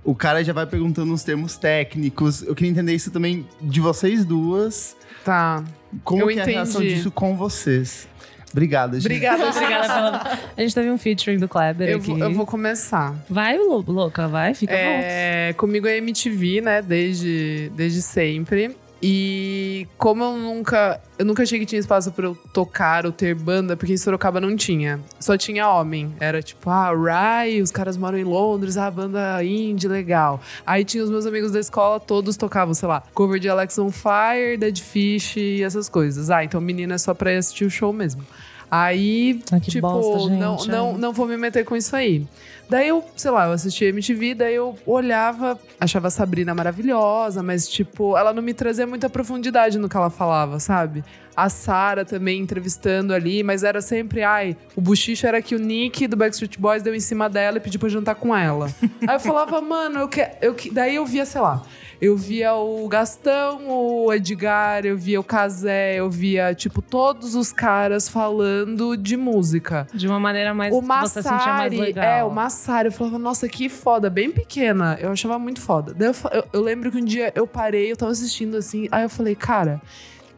E: o cara já vai perguntando uns termos técnicos. Eu queria entender isso também de vocês duas.
B: Tá.
E: Como
B: Eu
E: que é a relação
B: entendi.
E: disso com vocês? Obrigada, gente.
B: Obrigada, gente.
A: Obrigada pela... A gente teve um featuring do Kleber
B: Eu,
A: aqui.
B: vou- eu vou começar.
A: Vai, Lu- louca, vai, fica bom.
B: É, comigo é MTV, né? Desde, desde sempre. E como eu nunca. Eu nunca achei que tinha espaço pra eu tocar ou ter banda, porque em Sorocaba não tinha. Só tinha homem. Era tipo, ah, Rai, os caras moram em Londres, ah, banda indie, legal. Aí tinha os meus amigos da escola, todos tocavam, sei lá, cover de Alex on Fire, Dead Fish e essas coisas. Ah, então menina é só pra ir assistir o show mesmo. Aí,
A: Ah, que
B: tipo,
A: bosta, gente. é.
B: não, não, não vou me meter com isso aí. Daí eu, sei lá, eu assistia MTV, daí eu olhava, achava a Sabrina maravilhosa, mas tipo, ela não me trazia muita profundidade no que ela falava, sabe? A Sara também entrevistando ali, mas era sempre, ai, o buchicho era que o Nick do Backstreet Boys deu em cima dela e pediu pra jantar com ela. Aí eu falava, mano, eu que, eu que... daí eu via, sei lá, eu via o Gastão, o Edgar, eu via o Casé, eu via, tipo, todos os caras falando de música
A: De uma maneira mais
B: o
A: que você sentia mais
B: Massari,
A: legal.
B: é, o Massari. Eu falava, nossa, que foda, bem pequena. Eu achava muito foda. Daí eu, fa- eu- eu lembro que um dia eu parei, eu tava assistindo assim, aí eu falei, cara,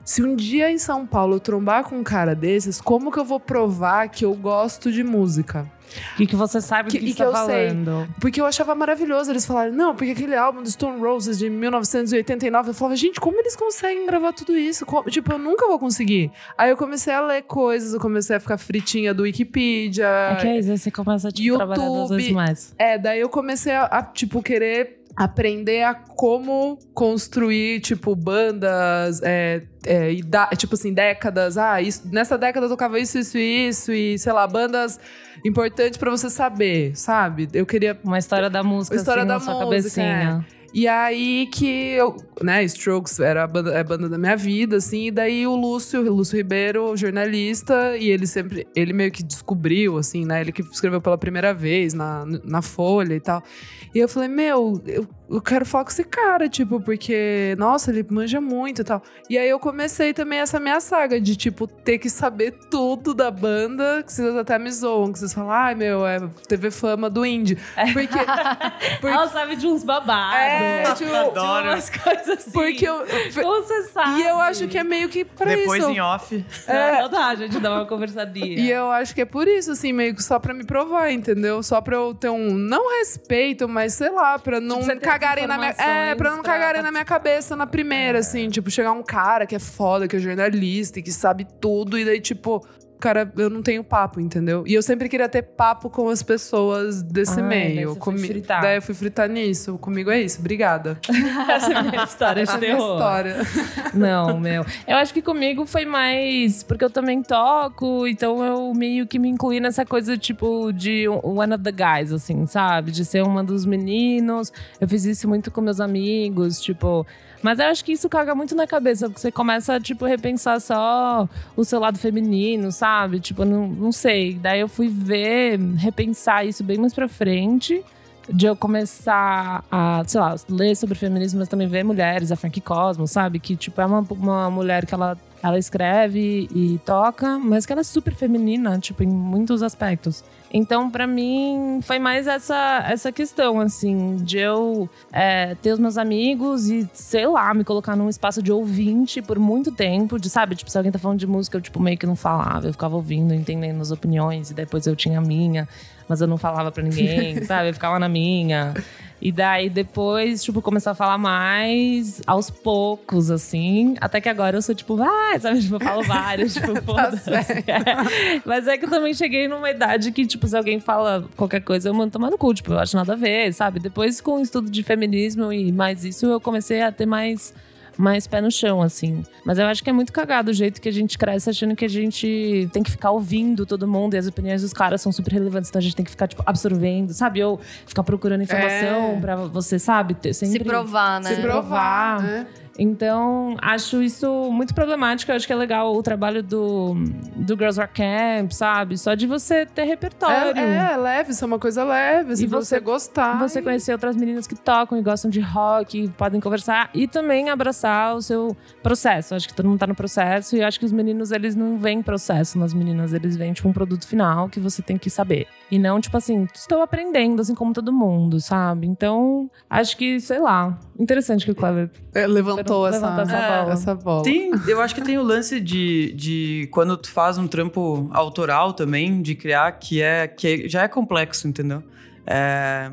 B: se um dia em São Paulo eu trombar com um cara desses, como que eu vou provar que eu gosto de música?
A: E que você sabe o
B: Que-
A: que,
B: e
A: está
B: que eu sei.
A: falando.
B: Porque eu achava maravilhoso eles falarem, não, porque aquele álbum do Stone Roses de 1989, eu falava, gente, como eles conseguem gravar tudo isso? Como- Tipo, eu nunca vou conseguir. Aí eu comecei a ler coisas, eu comecei a ficar fritinha do Wikipedia.
A: É que é isso, aí você começa a tipo, trabalhar duas
B: YouTube.
A: vezes mais.
B: É, daí eu comecei a, a, tipo, querer aprender a como construir, tipo, bandas, é, é, ida- tipo assim, décadas. Ah, isso, nessa década eu tocava isso, isso e isso, e sei lá, bandas importantes pra você saber, sabe? Eu queria.
A: Uma história da música,
B: História
A: assim,
B: da
A: na sua
B: música,
A: cabecinha.
B: E aí que eu, né, Strokes era a banda, é a banda da minha vida, assim, e daí o Lúcio, o Lúcio Ribeiro, jornalista, e ele sempre, ele meio que descobriu, assim, né, ele que escreveu pela primeira vez na, na Folha e tal. E eu falei, meu, eu, eu quero falar com esse cara, tipo, porque, nossa, ele manja muito e tal. E aí eu comecei também essa minha saga de, tipo, ter que saber tudo da banda, que vocês até me zoam, que vocês falam, ai, meu, é TV fama do indie. Porque, é. porque
A: Ela sabe de uns babados.
B: É, tipo,
A: De umas coisas assim.
B: Porque eu.
A: Como você sabe?
B: E eu acho que é meio que pra
C: Depois
B: isso.
C: em off.
A: É. Não dá, a gente dá uma conversadinha.
B: E eu acho que é por isso, assim, meio que só pra me provar, entendeu? Só pra eu ter um não respeito, mas sei lá, pra não
A: Tipo, você ter
B: cagarem na minha. É,
A: informações
B: pra não
A: pra tipo
B: cagarem na minha cabeça na primeira, assim, tipo, chegar um cara que é foda, que é jornalista e que sabe tudo, e daí, tipo. Cara, eu não tenho papo, entendeu? E eu sempre queria ter papo com as pessoas desse
A: Ah, daí
B: meio.
A: você foi fritar.
B: Daí eu fui fritar nisso. Comigo é isso. Obrigada.
A: Essa é a minha história de
B: Essa é a minha
A: terror.
B: história.
A: Não, meu. Eu acho que comigo foi mais. Porque eu também toco, então eu meio que me incluí nessa coisa, tipo, de one of the guys, assim, sabe? De ser uma dos meninos. Eu fiz isso muito com meus amigos, tipo. Mas eu acho que isso caga muito na cabeça, porque você começa, tipo, repensar só o seu lado feminino, sabe? Tipo, eu não, não sei. Daí eu fui ver, repensar isso bem mais pra frente de eu começar a, sei lá, ler sobre feminismo, mas também ver mulheres, a Frank Cosmo, sabe? Que, tipo, é uma, uma mulher que ela, ela escreve e toca, mas que ela é super feminina, tipo, em muitos aspectos. Então, pra mim, foi mais essa, essa questão, assim, de eu é, ter os meus amigos e, sei lá, me colocar num espaço de ouvinte por muito tempo, de, sabe? Tipo, se alguém tá falando de música, eu, tipo, meio que não falava. Eu ficava ouvindo, entendendo as opiniões, e depois eu tinha a minha mas eu não falava pra ninguém, sabe? Eu ficava na minha. E daí depois, tipo, começou a falar mais aos poucos, assim. Até que agora eu sou tipo, vai, sabe? Tipo, eu falo vários, tipo, foda-se. É. Mas é que eu também cheguei numa idade que, tipo, se alguém fala qualquer coisa, eu mando tomar no cu, tipo, eu acho nada a ver, sabe? Depois com o estudo de feminismo e mais isso, eu comecei a ter mais. Mais pé no chão, assim. Mas eu acho que é muito cagado o jeito que a gente cresce achando que a gente tem que ficar ouvindo todo mundo e as opiniões dos caras são super relevantes, então a gente tem que ficar, tipo, absorvendo, sabe? Ou ficar procurando informação
B: É.
A: pra você, sabe? ter-
D: Se
A: sempre-
D: provar, né?
B: Se
A: É. Provar.
B: provar, né?
A: então, acho isso muito problemático. Eu acho que é legal o trabalho do, do Girls Rock Camp, sabe? Só de você ter repertório.
B: É, é, leve, isso é uma coisa leve. Se
A: E
B: você,
A: você-
B: gostar.
A: Você conhecer outras meninas que tocam e gostam de rock, e podem conversar e também abraçar o seu processo. Eu Acho que todo mundo tá no processo e eu acho que os meninos, eles não veem processo nas meninas, eles veem tipo um produto final que você tem que saber. E não tipo assim, estou aprendendo assim como todo mundo, sabe? Então, acho que, sei lá, interessante que o Cleber
B: É, levantou levantou
A: levantar
B: essa,
A: essa bola.
B: essa bola.
C: Tem, eu acho que tem o lance de, de quando tu faz um trampo autoral também, de criar, que é que já é complexo, entendeu? É,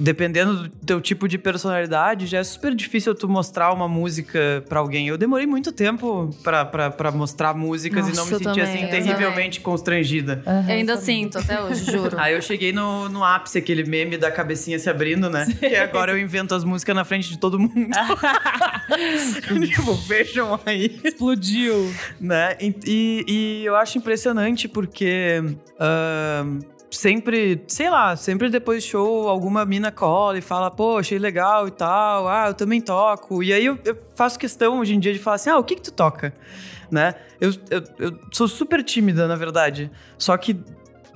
C: dependendo do teu tipo de personalidade, já é super difícil tu mostrar uma música pra alguém. Eu demorei muito tempo pra, pra, pra mostrar músicas e não
D: Nossa,
C: me
D: eu
C: senti
D: também,
C: assim
D: eu
C: terrivelmente constrangida.
A: Aham.
D: Eu ainda sinto até hoje, juro.
C: Aí eu cheguei no, no ápice, aquele meme da cabecinha se abrindo, né? Que agora eu invento as músicas na frente de todo mundo. tipo, vejam aí
A: Explodiu.
C: né? E, e- e eu acho impressionante porque ahn, sempre, sei lá, sempre depois do show alguma mina cola e fala, pô, achei legal e tal, ah, eu também toco. E aí eu, eu faço questão hoje em dia de falar assim, ah, o que que tu toca? Né? Eu, eu, eu sou super tímida, na verdade. Só que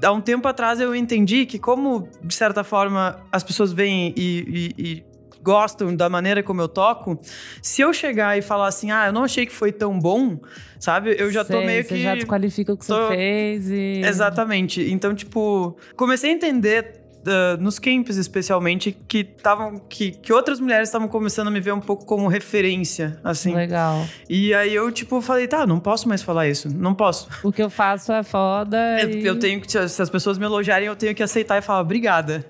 C: há um tempo atrás eu entendi que como, de certa forma, as pessoas vêm e- e- e gostam da maneira como eu toco, se eu chegar e falar assim, ah, eu não achei que foi tão bom, sabe? Eu já tô
A: Sei,
C: meio
A: você
C: que.
A: já desqualifica o que
C: tô-
A: você fez e...
C: Exatamente. Então, tipo, comecei a entender. ah, nos camps, especialmente, que tavam, que, que outras mulheres estavam começando a me ver um pouco como referência, assim.
A: Legal.
C: E aí eu, tipo, falei, tá, não posso mais falar isso, não posso.
A: O que eu faço é foda
C: Eu,
A: e...
C: eu tenho que, se as pessoas me elogiarem, eu tenho que aceitar e falar, obrigada,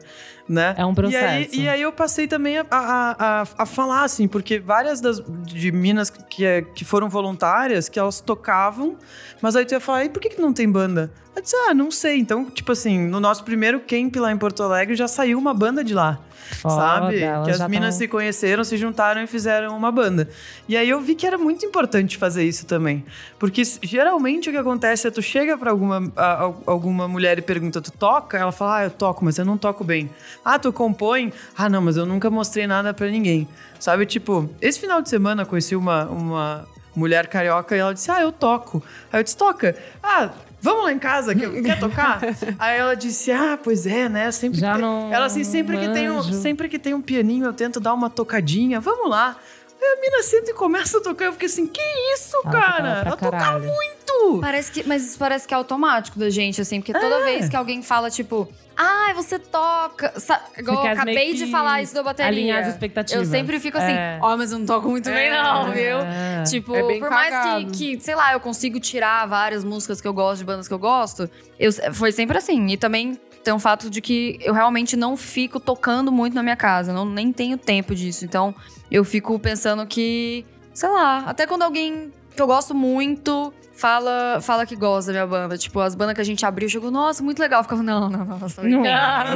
C: né?
A: É um processo.
C: E aí, e aí eu passei também a, a, a, a falar, assim, porque várias das de minas que, é- que foram voluntárias, que elas tocavam, mas aí tu ia falar, e por que, que não tem banda? Eu disse, ah, não sei. Então, tipo assim, no nosso primeiro camp lá em Porto Alegre já saiu uma banda de lá
A: Foda,
C: sabe?
A: elas
C: Que as
A: já
C: minas
A: tão-
C: se conheceram, se juntaram e fizeram uma banda. E aí eu vi que era muito importante fazer isso também. Porque s- geralmente o que acontece é tu chega pra alguma, a- a- alguma mulher e pergunta, tu toca? Ela fala, ah, eu toco, mas eu não toco bem. Ah, tu compõe? Ah, não, mas eu nunca mostrei nada pra ninguém. Sabe, tipo, esse final de semana eu conheci uma, uma mulher carioca e ela disse, ah, eu toco. Aí eu disse, toca? Ah... Vamos lá em casa, quer, quer tocar? Aí ela disse: Ah, pois é, né? Sempre
A: Já
C: que tem-
A: não
C: Ela assim, sempre que, tem um,
A: manjo.
C: sempre que tem um pianinho, eu tento dar uma tocadinha. Vamos lá. Aí a mina senta e começa a tocar. Eu fiquei assim, que isso,
A: Ela tocava
C: cara?
A: pra
C: Ela toca
A: caralho.
C: muito!
D: Parece que, mas isso parece que é automático da gente, assim, porque toda
A: É.
D: vez que alguém fala, tipo, ah, você toca. sa- Igual
A: quer
D: eu acabei
A: meio
D: de
A: que
D: falar isso da bateria.
A: alinhar as expectativas.
D: Eu sempre fico assim,
A: É.
D: ó, mas eu não toco muito bem, não, viu?
A: É.
D: Tipo,
B: É bem
D: por mais
B: cagado.
D: que, que, sei lá, eu consigo tirar várias músicas que eu gosto, de bandas que eu gosto, eu, foi sempre assim. E também tem um fato de que eu realmente não fico tocando muito na minha casa, eu não, nem tenho tempo disso. Então, eu fico pensando que, sei lá, até quando alguém que eu gosto muito fala, fala que gosta da minha banda. Tipo, as bandas que a gente abriu, chegou, nossa, muito legal. Eu ficava, não, não, não, nossa,
A: Não.
D: não, não,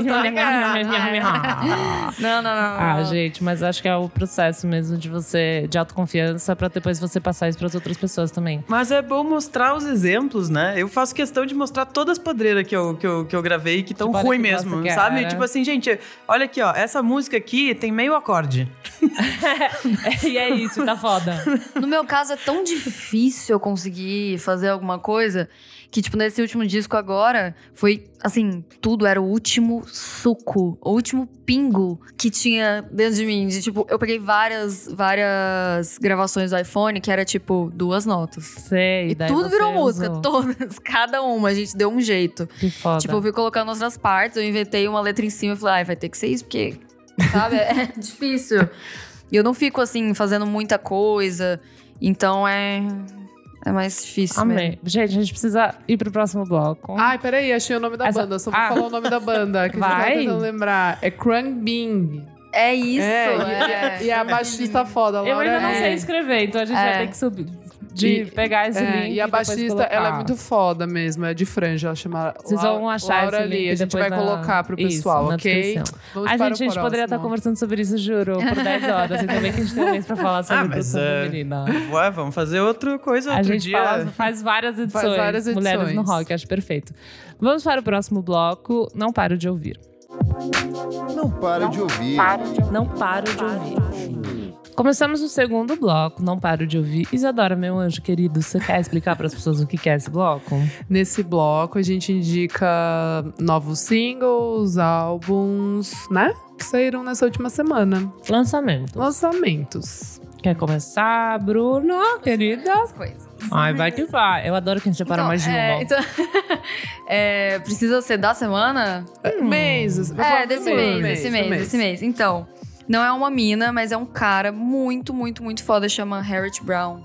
D: não, não, não.
A: Ah, gente, mas acho que é o processo mesmo de você, de autoconfiança, pra depois você passar isso pras outras pessoas também.
C: Mas é bom mostrar os exemplos, né? Eu faço questão de mostrar todas as podreiras que eu, que eu, que eu gravei que estão
A: Tipo, olha
C: ruim
A: que
C: mesmo,
A: bosta que né?
C: sabe?
A: era.
C: Tipo assim, gente, olha aqui, ó. Essa música aqui tem meio acorde.
A: e é isso, tá foda.
D: No meu caso, é tão difícil eu conseguir fazer alguma coisa que, tipo, nesse último disco agora, foi assim: tudo era o último suco, o último pingo que tinha dentro de mim. De, tipo, eu peguei várias, várias gravações do iPhone que era tipo duas notas.
A: Sei,
D: E
A: daí
D: tudo
A: você
D: virou música,
A: usou.
D: todas, cada uma, a gente deu um jeito.
A: Que foda.
D: Tipo, eu fui colocando outras partes, eu inventei uma letra em cima e falei, ai, vai ter que ser isso, porque, sabe, é difícil. E eu não fico, assim, fazendo muita coisa, então é, é mais difícil mesmo.
A: Amei. Gente, a gente precisa ir pro próximo bloco.
B: Ai, peraí, achei o nome da
A: Essa-
B: banda. Eu só vou
A: Ah.
B: falar o nome da banda, que a
A: Vai.
B: gente tava tentando lembrar. É Krang Bing.
D: É isso,
B: É,
D: é.
B: e, e a baixista foda, Laura.
A: eu ainda não
B: é.
A: sei escrever, então a gente vai
D: É.
A: ter que subir. De
B: E-
A: pegar esse
B: É,
A: link.
B: e a
A: depois
B: baixista,
A: colocar.
B: ela é muito foda mesmo, é de franja, ela chama
A: Vocês
B: Lau-
A: vão achar
B: Laura
A: esse link
B: Lee, a gente
A: depois
B: vai
A: na-
B: colocar pro
A: Isso,
B: pessoal,
A: na
B: ok?
A: descrição. A
B: Vamos para
A: gente,
B: o
A: a gente poderia tá estar
B: próximo.
A: conversando sobre isso, juro, por 10 horas. Ainda bem que a gente tem um mês pra falar sobre
C: Ah, mas,
A: produção
C: é,
A: feminina.
C: Ué, vamos fazer outra coisa
A: Ah. A
C: outro
A: gente
C: dia.
A: fala- faz várias edições.
B: várias
A: Mulheres no
B: edições.
A: rock, acho perfeito. Vamos para o próximo bloco. Não paro de ouvir.
E: Não para de ouvir.
A: Não paro de ouvir. Começamos o segundo bloco, não paro de ouvir. Isadora, meu anjo querido, você quer explicar para as pessoas o que que é esse bloco?
B: Nesse bloco, a gente indica novos singles, álbuns, né? Que saíram nessa última semana.
A: Lançamento.
B: Lançamentos.
A: Quer começar, Bruno, querida?
D: As coisas.
A: Ai, vai que vai. Eu adoro quem separa mais de um.
D: é,
A: ó.
D: então, é, precisa ser da semana?
B: Meses.
D: É, desse mês, desse mês, desse mês. Então, Não é uma mina, mas é um cara muito, muito, muito foda, chama Harriet Brown.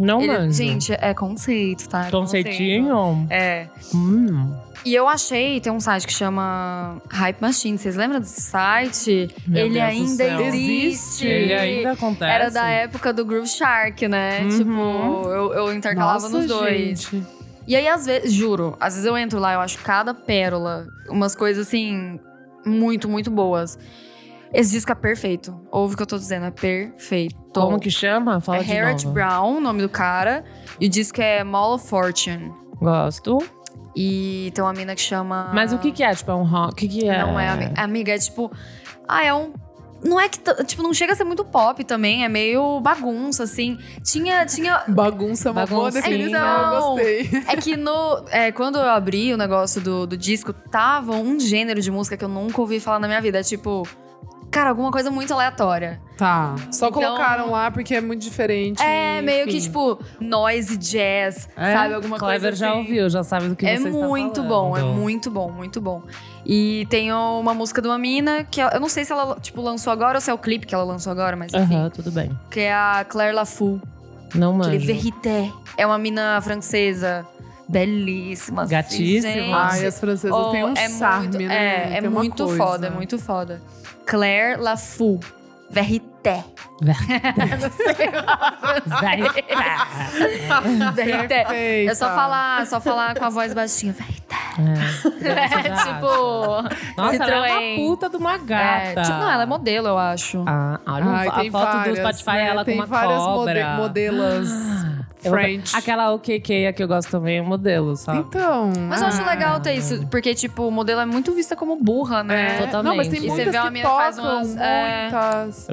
A: Não
D: Ele-
A: manjo.
D: gente, é conceito, tá? É conceito.
A: Conceitinho.
D: É.
A: Hum.
D: E eu achei, tem um site que chama Hype Machine. Vocês lembram desse site?
A: Meu
D: Ele
A: Deus do
D: ainda
A: céu.
D: existe.
A: Ele ainda acontece.
D: Era da época do Groove Shark, né?
A: Uhum.
D: Tipo, eu, eu intercalava
B: Nossa,
D: nos dois.
B: gente.
D: E aí, às vezes, juro, às vezes eu entro lá, eu acho cada pérola, umas coisas assim, muito, muito boas. Esse disco é perfeito. Ouve o que eu tô dizendo, é perfeito.
A: Como que chama? Fala
D: é
A: de
D: Harriet
A: novo.
D: Brown, o nome do cara. E o disco é Mall of Fortune.
A: Gosto.
D: E tem uma mina que chama.
A: Mas o que que é? Tipo, é um rock? O que que é?
D: Não é ami- amiga, é tipo. Ah, é um. Não é que. t- Tipo, não chega a ser muito pop também, é meio bagunça, assim. Tinha. tinha
B: Bagunça é uma boa
A: Baguncinha.
B: definição, eu
D: Então,
B: gostei.
D: é que no. é, quando eu abri o negócio do, do disco, tava um gênero de música que eu nunca ouvi falar na minha vida. É tipo. Cara, alguma coisa muito aleatória.
B: Tá. Só
D: Então-
B: colocaram lá porque é muito diferente.
D: É, meio que
B: enfim.
D: tipo noise jazz,
A: É?
D: sabe? Alguma coisa.
A: Clever
D: assim.
A: já ouviu, já sabe do que
D: é
A: você está
D: muito
A: falando.
D: bom,
C: Então.
D: é muito bom, muito bom. E tem uma música de uma mina que ela- eu não sei se ela tipo lançou agora ou se é o clipe que ela lançou agora, mas enfim,
A: Aham, tudo bem.
D: que é a Claire Lafou,
A: Não
D: que é
A: manjo.
D: Verité. É uma mina francesa belíssima. assim,
A: Gatíssima.
D: gente.
B: Ai, as francesas
D: Oh,
B: têm um
D: é
B: charme,
D: muito,
B: né?
D: É, é
B: Tem uma
D: muito
B: coisa.
D: foda, é muito foda. Claire Lafou, Verité.
A: Vai. É.
D: Verité.
B: Perfeita.
D: É só falar, só falar com a voz baixinha, Verité.
A: É.
D: É, tipo,
A: Nossa, ela é
D: Citroën.
A: uma puta de uma
D: É,
A: gata.
D: tipo, não, ela é modelo, eu acho.
A: Ah, olha
B: Ai,
A: a
B: tem
A: foto
B: várias,
A: do Spotify,
B: né?
A: ela
B: tem
A: com uma
B: várias mode-
A: cobra.
B: modelas
A: Eu-
B: French.
A: Aquela OKK que eu gosto também é modelo, sabe?
B: Então.
D: Mas eu acho
B: ah.
D: legal ter isso, porque, tipo, o modelo é muito vista como burra, né?
B: É.
A: Totalmente.
B: Não, mas tem
A: E você
B: muitas
D: vê uma
B: que
D: mina que faz
B: tocam,
D: umas- é.
B: muitas.
D: Então eu acho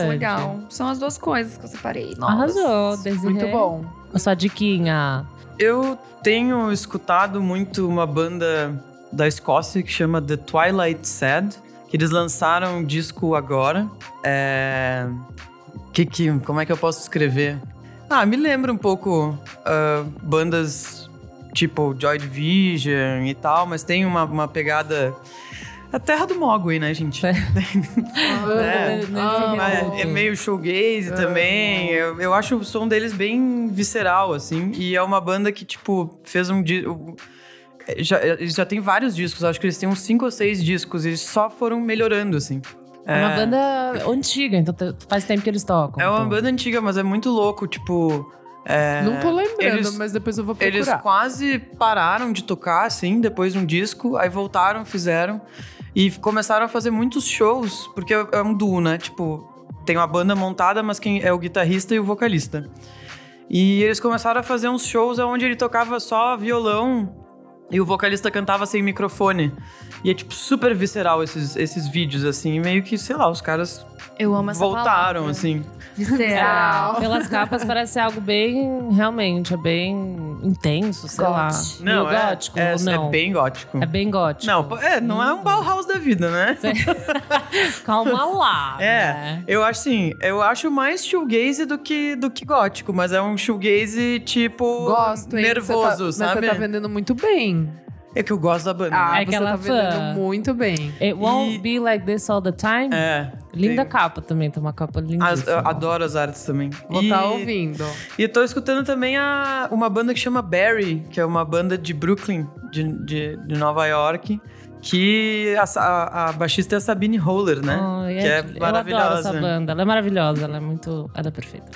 A: Interessante.
D: legal. São as duas coisas que eu separei. Novas.
A: Arrasou, Desirê.
B: Muito bom.
A: A sua diquinha.
C: Eu tenho escutado muito uma banda da Escócia que chama The Twilight Sad, que eles lançaram um disco agora. É... Que, que, como é que eu posso escrever? Ah, me lembra um pouco ah, bandas tipo Joy Division e tal, mas tem uma, uma pegada. A terra do Mogwai, né, gente? É.
B: Ah,
C: Mas é meio showgaze também. Eu, eu acho o som deles bem visceral, assim. E é uma banda que, tipo, fez um. di- o- é, Já, eles já têm vários discos, acho que eles têm uns cinco ou seis discos. Eles só foram melhorando, assim.
A: É uma banda antiga, então te- faz tempo que eles tocam.
C: É uma
A: então.
C: banda antiga, mas é muito louco, tipo. é,
B: Não tô lembrando,
C: eles-
B: mas depois eu vou procurar.
C: Eles quase pararam de tocar, assim, depois de um disco, aí voltaram, fizeram e f- começaram a fazer muitos shows, porque é é um duo, né? Tipo, tem uma banda montada, mas quem é o guitarrista e o vocalista. E eles começaram a fazer uns shows onde ele tocava só violão e o vocalista cantava sem microfone. E é, tipo, super visceral esses, esses vídeos, assim, meio que, sei lá, os caras
D: Eu amo essa
C: voltaram,
A: né?
D: palavra.
C: assim.
D: Visceral.
A: Pelas capas parece ser algo bem, realmente, é bem intenso, sei lá.
D: Gótico.
A: Meio
C: Não, é,
A: gótico
C: é,
A: ou não?
C: é bem gótico.
A: É bem gótico.
C: Não, pô, é, não é um Bauhaus da vida, né?
A: Calma lá.
C: É.
A: né?
C: Eu acho assim, eu acho mais shoegaze do que, do que gótico, mas é um shoegaze tipo
B: Gosto, hein? Você tá-
C: nervoso,
B: Mas
C: sabe?
B: você tá vendendo muito bem.
C: É que eu gosto da banda.
B: Ah,
A: É
B: você
A: aquela
B: tá
A: fã.
B: vendendo muito bem.
A: It won't
C: E-
A: be like this all the time.
C: né? É.
A: Ah, Linda
C: tem-
A: capa também, tem uma capa linda.
C: As- eu adoro as artes também.
B: Vou
C: e,
B: estar ouvindo.
C: E tô escutando também a, uma banda que chama Barry, que é uma banda de Brooklyn, de, de, de Nova York, que a, a, a baixista é a Sabine Holler, né?
A: Oh, Eu adoro
C: que é
A: essa
C: maravilhosa.
A: banda, ela é maravilhosa, ela é muito... Ela é perfeita.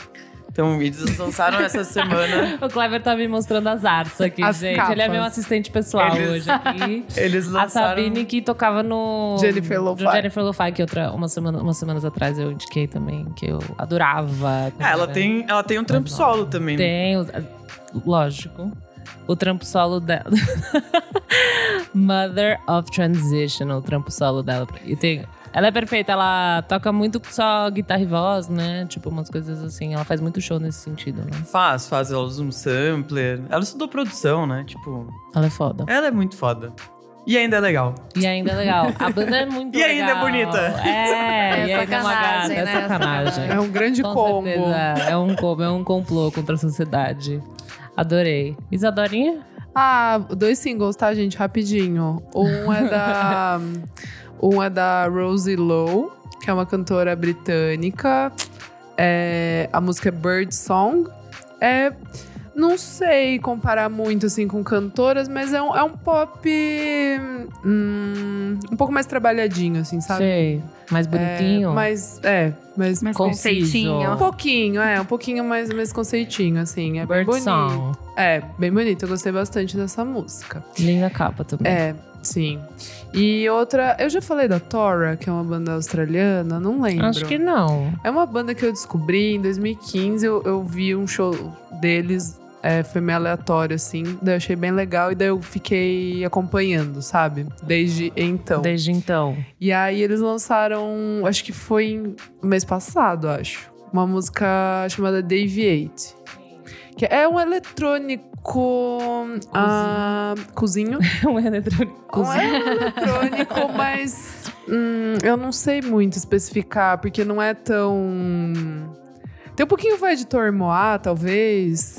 C: Então, eles lançaram essa semana.
A: O Kleber tá me mostrando as artes aqui,
B: As
A: gente.
B: capas.
A: Ele é meu assistente pessoal
C: Eles-
A: hoje aqui.
C: Eles
A: A
C: lançaram.
A: Sabine que tocava no.
B: Jennifer
A: no
B: Lo-Fi.
A: Jennifer Lo-Fi, que outra, uma semana, umas semanas atrás eu indiquei também, que eu adorava.
C: É, ela tem, ela tem um trampo solo também. né?
A: Tem, o- lógico. O trampo solo dela. Mother of Transition, o trampo solo dela. E tem. Ela é perfeita, ela toca muito só guitarra e voz, né? Tipo, umas coisas assim. Ela faz muito show nesse sentido, né?
C: Faz, faz. Ela usa um sampler. Ela estudou produção, né? Tipo,
A: Ela é foda.
C: ela é muito foda. E ainda é legal.
A: E ainda é legal. A banda é muito
C: E
A: legal.
C: ainda é bonita.
A: É,
D: É
A: e ainda é uma gata,
D: sacanagem,
A: é
D: né?
A: sacanagem.
B: É um grande
A: Com
B: combo.
A: certeza, é um combo, é um complô contra a sociedade. Adorei. Isadorinha?
B: Ah, dois singles, tá, gente? Rapidinho. Um é da. um é da Rosie Lowe, que é uma cantora britânica. É, a música é Bird Song. É, não sei comparar muito assim com cantoras, mas é um, é um pop hum, um pouco mais trabalhadinho, assim, sabe?
A: Sei. Mais bonitinho.
B: É, mas é, mas
D: Mas
A: conciso.
B: um
D: conceitinho.
B: pouquinho, é, um pouquinho mais, mais conceitinho, assim, é bem
A: Bird
B: bonito.
A: Song.
B: É, bem bonito, eu gostei bastante dessa música.
A: Linda capa também.
B: É, sim. E outra, eu já falei da Tora, que é uma banda australiana, não lembro.
A: Acho que não.
B: É uma banda que eu descobri em 2015. Eu, eu vi um show deles, é, foi meio aleatório, assim. Daí eu achei bem legal e daí eu fiquei acompanhando, sabe? Desde então.
A: Desde então.
B: E aí eles lançaram, acho que foi em- mês passado, acho. Uma música chamada Deviate. Que é um eletrônico. Cozinho. cozinho.
A: um eletrônico.
B: Não é um eletrônico, mas hum, eu não sei muito especificar, porque não é tão. Tem um pouquinho vai de tormoá, talvez,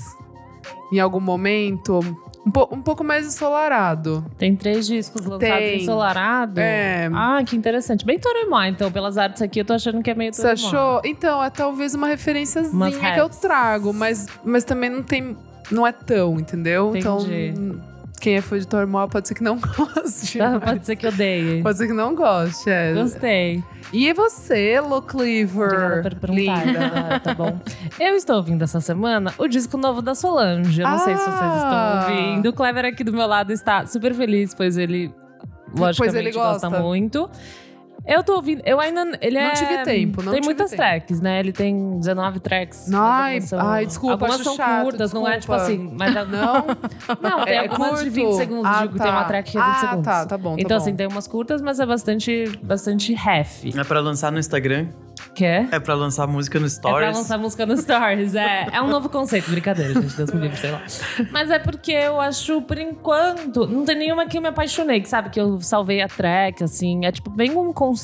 B: em algum momento. Um, po- um pouco mais ensolarado.
A: Tem três discos lançados
B: Tem.
A: em Solarado.
B: É.
A: Ah, que interessante. Bem Toremar, então, pelas artes aqui, eu tô achando que é meio
B: Você
A: Toremar.
B: achou? Então, é talvez uma referenciazinha
A: Umas
B: que eu
A: raps.
B: trago, mas, mas também não tem. Não é tão, entendeu?
A: Entendi.
B: Então, quem é fã de Tormoá pode ser que não goste.
A: Tá,
B: mas-
A: Pode ser que eu odeie.
B: Pode ser que não goste, é.
A: Gostei.
B: E você, Lo
A: Obrigada
B: Cleaver?
A: por perguntar,
B: Linda.
A: Dana, tá bom? Eu estou ouvindo essa semana o disco novo da Solange. Eu não sei se vocês
B: Ah!
A: estão ouvindo. O Clever aqui do meu lado está super feliz, pois ele, logicamente,
B: ele
A: gosta.
B: gosta.
A: muito. Eu tô ouvindo. Eu ainda. Ele
B: Não
A: é-
B: tive tempo, não
A: Tem
B: tive
A: muitas
B: tempo.
A: tracks, né? Ele tem 19 tracks. mas
B: Ai,
A: algumas são-
B: ai, desculpa,
A: Algumas
B: acho
A: são
B: chato,
A: curtas, não é tipo
B: desculpa.
A: assim. Mas a-
B: Não?
A: Não, tem
B: É
A: algumas de
B: curto?
A: 20 segundos.
B: Ah,
A: digo,
B: tá.
A: tem uma track de 20
B: Ah,
A: segundos.
B: tá, tá bom, tá
A: Então,
B: bom.
A: assim, tem umas curtas, mas é bastante, bastante ref.
C: É pra lançar no Instagram,
A: Quer?
C: é pra lançar música no
A: É pra
C: Stories.
A: lançar música nos stories, é. É um novo conceito, brincadeira, gente, Deus me livre, sei lá. Mas é porque eu acho, por enquanto, não tem nenhuma que eu me apaixonei, que sabe? Que eu salvei a track, assim. É tipo bem um conceito.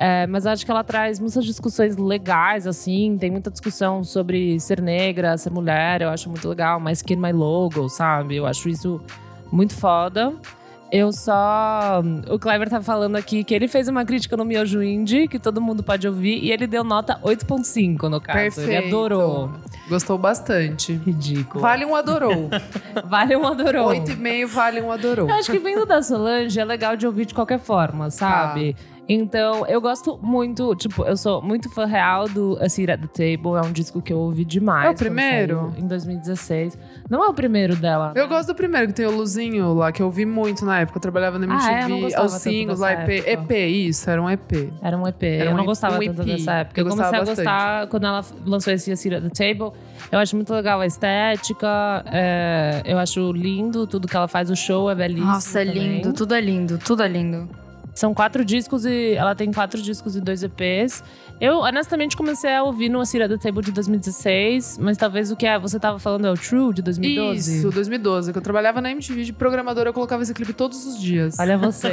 A: é, mas acho que ela traz muitas discussões legais, assim. Tem muita discussão sobre ser negra, ser mulher. Eu acho muito legal. My skin, my logo, sabe? Eu acho isso muito foda. Eu só. O Kleber tá falando aqui que ele fez uma crítica no Miojo Indie, que todo mundo pode ouvir, e ele deu nota 8,5 no caso. Ele adorou.
B: Gostou bastante.
A: Ridículo. Vale,
B: Vale um adorou.
A: um adorou.
B: Oito e meio vale um adorou.
A: Eu acho que vindo da Solange é legal de ouvir de qualquer
B: Tá.
A: forma, sabe? Então, eu gosto muito, tipo, eu sou muito fã real do A Seat at the Table, é um disco que eu ouvi demais.
B: É o
A: quando
B: primeiro?
A: saiu, Em 2016. Não é o primeiro dela.
B: Eu gosto do primeiro, que tem o Luzinho lá, que eu vi muito na época. Eu trabalhava na
A: Ah, é? Eu não
B: MTV.
A: gostava
B: os
A: tanto
B: singles lá,
A: dessa
B: EP. EP,
A: época.
B: isso, era um EP.
A: Era um EP.
B: Era
A: eu
B: um
A: não
B: EP,
A: gostava
B: um
A: tanto
B: EP.
A: dessa época.
B: Eu
A: Eu, comecei a
B: gostava
A: gostar quando ela lançou esse Seat at the Table. Eu acho muito legal a estética. é, eu acho lindo tudo que ela faz. O show é belíssimo.
D: Nossa, é
A: também.
D: lindo. Tudo é lindo. Tudo é lindo.
A: São quatro discos e ela tem quatro discos e dois EPs. Eu, honestamente, comecei a ouvir no Cira da Table de 2016, mas talvez o que é, você tava falando é o True de 2012.
B: Isso, 2012. Que eu trabalhava na MTV de programadora, eu colocava esse clipe todos os dias.
A: Olha você.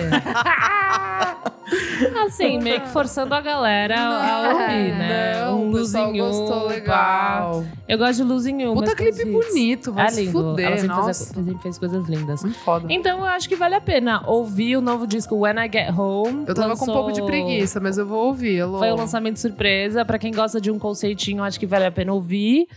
A: assim, meio que forçando a galera a ouvir, né?
B: Ah, Não, o pessoal
A: Losing You,
B: gostou
A: pá.
B: legal.
A: Eu gosto de Losing You.
B: Puta
A: mas tem
B: clipe
A: os hits.
B: bonito, vai
A: É
B: se
A: lindo. ela
B: fuder,
A: sempre, assim. faz-
B: nossa.
A: sempre fez coisas lindas.
B: Muito foda.
A: Então eu acho que vale a pena ouvir o novo disco When I Get Home.
B: Eu tava com um pouco de
A: Lançou-
B: preguiça, mas eu vou ouvir, alô.
A: Foi um lançamento surpresa. Pra quem gosta de um conceitinho, acho que vale a pena ouvir.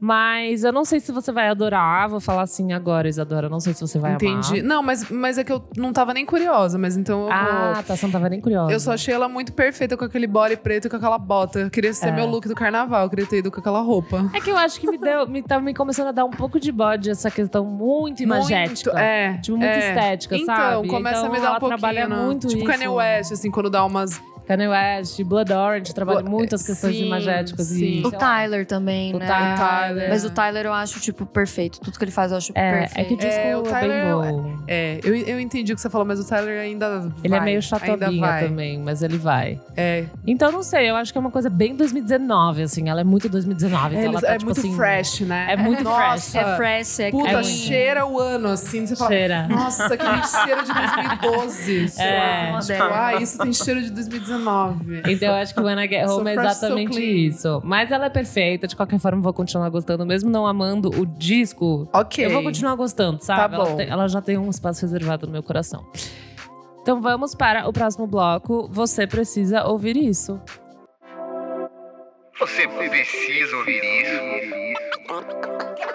A: Mas eu não sei se você vai adorar. Vou falar assim agora, Isadora. Não sei se você vai
B: Entendi. Não, mas, mas é que eu não tava nem curiosa, mas então eu
A: amar.
B: vou.
A: Ah, tá. Você não tava nem curiosa.
B: Eu só achei ela muito perfeita com aquele body preto e com aquela bota. Eu queria ser
A: É.
B: meu look do carnaval, eu queria ter ido com aquela roupa.
A: É que eu acho que me deu, me tá me começando a dar um pouco de bode essa questão muito imagética.
B: Muito, é.
A: Tipo, muito
B: é.
A: estética,
B: então,
A: sabe?
B: começa
A: Então,
B: a me dar um
A: ela
B: pouquinho.
A: trabalha
B: né?
A: muito
B: tipo
A: isso.
B: Kanye West, assim, quando dá umas.
A: Kanye West, Blood Orange trabalha
B: Blo-
A: muito as questões
B: é, sim,
A: imagéticas
B: sim.
A: e
D: O
A: sei lá,
D: Tyler também,
A: o
D: né?
A: Tyler.
B: Tyler.
D: Mas o Tyler eu acho, tipo, perfeito. Tudo que ele faz eu acho
A: É, é
D: perfeito.
A: que o disco
B: É,
A: é,
B: o
A: bem
B: Tyler-
A: bom.
B: É, eu, eu entendi o que você falou, mas o Tyler ainda.
A: Ele é
B: vai,
A: meio
B: ainda
A: chatobinho
B: vai.
A: também, mas ele vai.
B: É,
A: Então, não sei, eu acho que é uma coisa bem 2019, assim. Ela é muito 2019. então
B: Eles-
A: ela tá,
B: é
A: tipo,
B: muito
A: assim,
B: fresh, né?
A: É muito
B: Nossa,
D: É fresh, é
B: Puta,
A: É muito.
B: cheira o ano, assim. Você fala,
A: Cheira.
B: Nossa, que cheiro de 2012. sei
A: É.
B: lá. Tipo, ah, isso tem cheiro de 2019.
A: Então, eu acho que o Anna Get
B: So
A: Home é
B: fresh, so
A: exatamente
B: clean.
A: isso. Mas ela é perfeita, de qualquer forma, eu vou continuar gostando. Mesmo não amando o disco,
B: Ok.
A: eu vou continuar gostando, sabe?
B: Tá
A: Ela
B: bom.
A: tem- ela já tem um espaço reservado no meu coração. Então vamos para o próximo bloco. Você precisa ouvir isso.
F: Você precisa ouvir isso.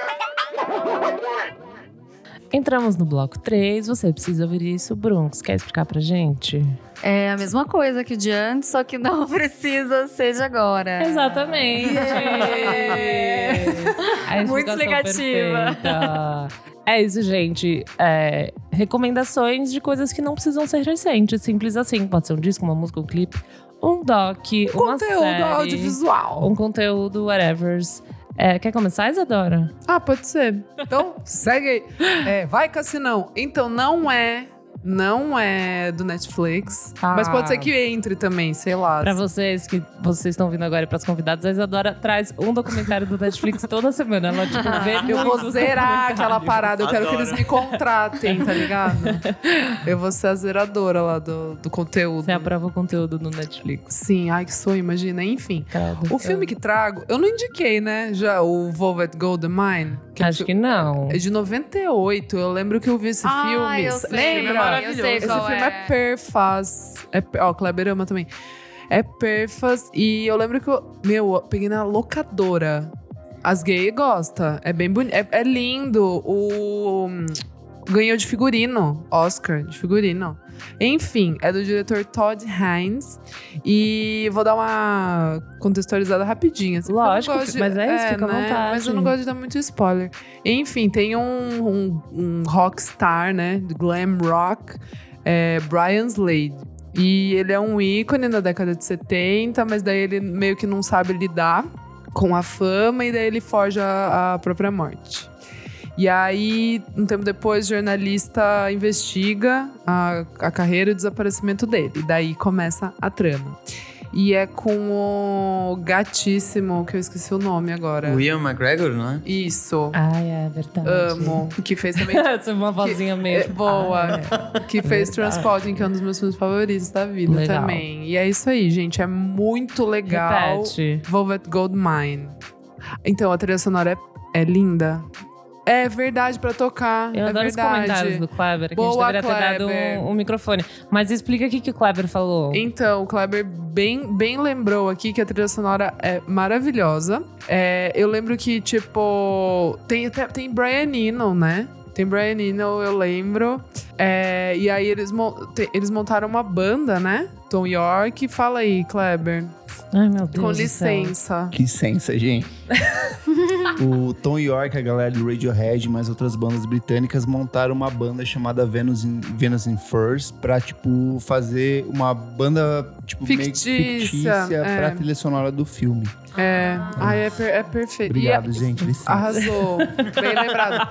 A: Entramos no bloco 3. Você precisa ouvir isso. Brunx, quer explicar pra gente?
D: É a mesma coisa que o de antes, só que não precisa ser de agora.
A: Exatamente. A
D: Muito
A: explicação
D: explicativa.
A: perfeita. É isso, gente. É, recomendações de coisas que não precisam ser recentes. Simples assim. Pode ser um disco, uma música, um clipe, um doc, uma
B: Conteúdo
A: série,
B: audiovisual.
A: Um conteúdo, whatever. É, quer começar, Isadora?
B: Ah, pode ser. Então, segue aí. É, vai, Cassinão. Então, não é. Não é do Netflix.
A: Ah.
B: Mas pode ser que entre também, sei lá.
A: Pra vocês que vocês estão vindo agora e pras convidadas, a Isadora traz um documentário do Netflix toda semana. Ela, tipo, vê
B: Ah, Eu vou
A: muitos
B: zerar aquela parada, eu quero que
C: Adoro.
B: eles me contratem, tá ligado? Eu vou ser a zeradora lá do, do conteúdo.
A: Você é aprova o conteúdo no Netflix.
B: Sim, ai que sou, imagina. Enfim.
A: Credo.
D: É.
B: O filme que trago, eu não indiquei, né? Já o Velvet Goldmine.
A: Eu Acho que não.
B: É de 98. Eu lembro que eu vi esse
D: Ah,
B: filme.
D: eu sei,
B: Lembra?
D: eu sei
B: esse
D: qual
B: filme
D: é.
B: é perfaz. É, per- ó, Kleber ama também. É perfaz. E eu lembro que eu. Meu, eu peguei na locadora. As gays gostam. É bem bonito. É, é lindo. O. hum, Ganhou de figurino, Oscar de figurino. Enfim, é do diretor Todd Haynes. E vou dar uma contextualizada rapidinha. assim, porque eu não
A: Lógico,
B: gosto né?
A: mas é isso, fica à vontade.
B: Mas eu não gosto de dar muito spoiler. Enfim, tem um, um, um rockstar, né? do Glam rock, é, Brian Slade. E ele é um ícone na década de 70, mas daí ele meio que não sabe lidar com a fama e daí ele forja a a própria morte. E aí, um tempo depois, o jornalista investiga a, a carreira e o desaparecimento dele. E daí começa a trama. E é com o gatíssimo, que eu esqueci o nome agora.
C: William McGregor, não é?
B: Isso.
A: Ai, é verdade.
B: Amo. Que fez também.
A: Essa é uma vozinha mesmo.
B: é, boa.
A: Ah, é.
B: Que fez
A: Verdade.
B: Transpotting, que é um dos meus filmes favoritos da vida
A: Legal.
B: também. E é isso aí, gente. É muito legal.
A: Repete.
B: Velvet Goldmine. Então, a trilha sonora é, é linda. É verdade pra tocar.
A: Eu
B: é
A: adoro os
B: verdade.
A: comentários do Kleber, que
B: Boa,
A: a gente deveria ter
B: Kleber.
A: dado um, um microfone. Mas explica o que, que o Kleber falou.
B: Então, o Kleber bem, bem lembrou aqui que a trilha sonora é maravilhosa. É, eu lembro que, tipo, tem até tem Brian Eno, né? Tem Brian Eno, eu lembro. É, e aí eles, mon- te- eles montaram uma banda, né? Tom York. Fala aí, Kleber.
A: Ai, meu Deus.
B: Com
A: do céu.
B: licença.
E: Licença, gente. o Tom York, a galera do Radiohead e mais outras bandas britânicas montaram uma banda chamada Venus in, Venus in Furs pra, tipo, fazer uma banda, tipo, meio
B: Fictícia,
E: que fictícia
B: é.
E: pra trilha sonora do filme.
B: É. Ai, é, per- é perfeito. E
E: Ah. Obrigado, gente. Licença.
B: Arrasou. Bem lembrado.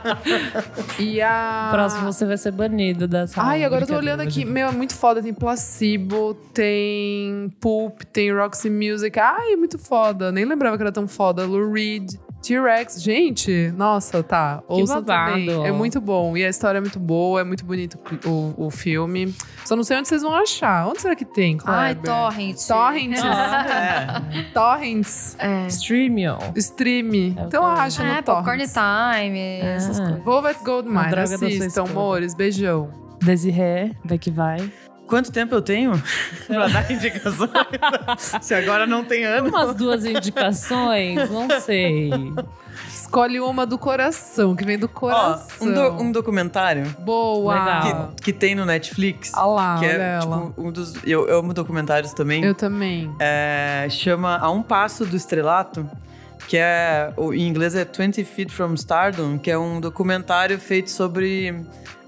B: E a.
A: Próximo você vai ser banido da sala.
B: Ai, agora eu tô
A: Brincadeira,
B: olhando aqui.
A: gente.
B: Meu, é muito foda. Tem Placebo, tem Pulp, tem Roxy Music. Ai, é muito foda. Nem lembrava que era tão foda. Lou Reed, T-Rex. Gente, nossa, tá. Ouçam
A: babado.
B: também. É muito bom. E a história é muito boa. É muito bonito o, o filme. Só não sei onde vocês vão achar. Onde será que tem, Kleber?
D: Ai, torrent.
B: Torrents.
C: É.
B: Torrents.
D: É.
A: Streamion.
B: Stream.
A: tá. É o
B: então
A: que eu-
B: acha
D: É,
B: no
D: popcorn
B: Torrents.
D: time,
B: É
D: essas
A: Ah.
D: coisas.
B: Velvet
A: A
B: Goldmine.
A: droga da sua
B: Assistam,
A: escolha.
B: amores. Beijão.
A: Desiré, vai que vai.
C: Quanto tempo eu tenho pra dar indicações? Se agora não tem ano.
A: Umas duas indicações, não sei.
B: Escolhe uma do coração, que vem do
C: Ó,
B: coração.
C: um, do- um documentário
B: Boa!
A: Legal.
C: que, que tem no Netflix.
B: Ah lá,
C: que
B: olha
C: é,
B: ela.
C: tipo, um dos. Eu, eu amo documentários também.
B: Eu também.
C: É, chama A Um Passo do Estrelato, que é, o- em inglês é 20 Feet from Stardom, que é um documentário feito sobre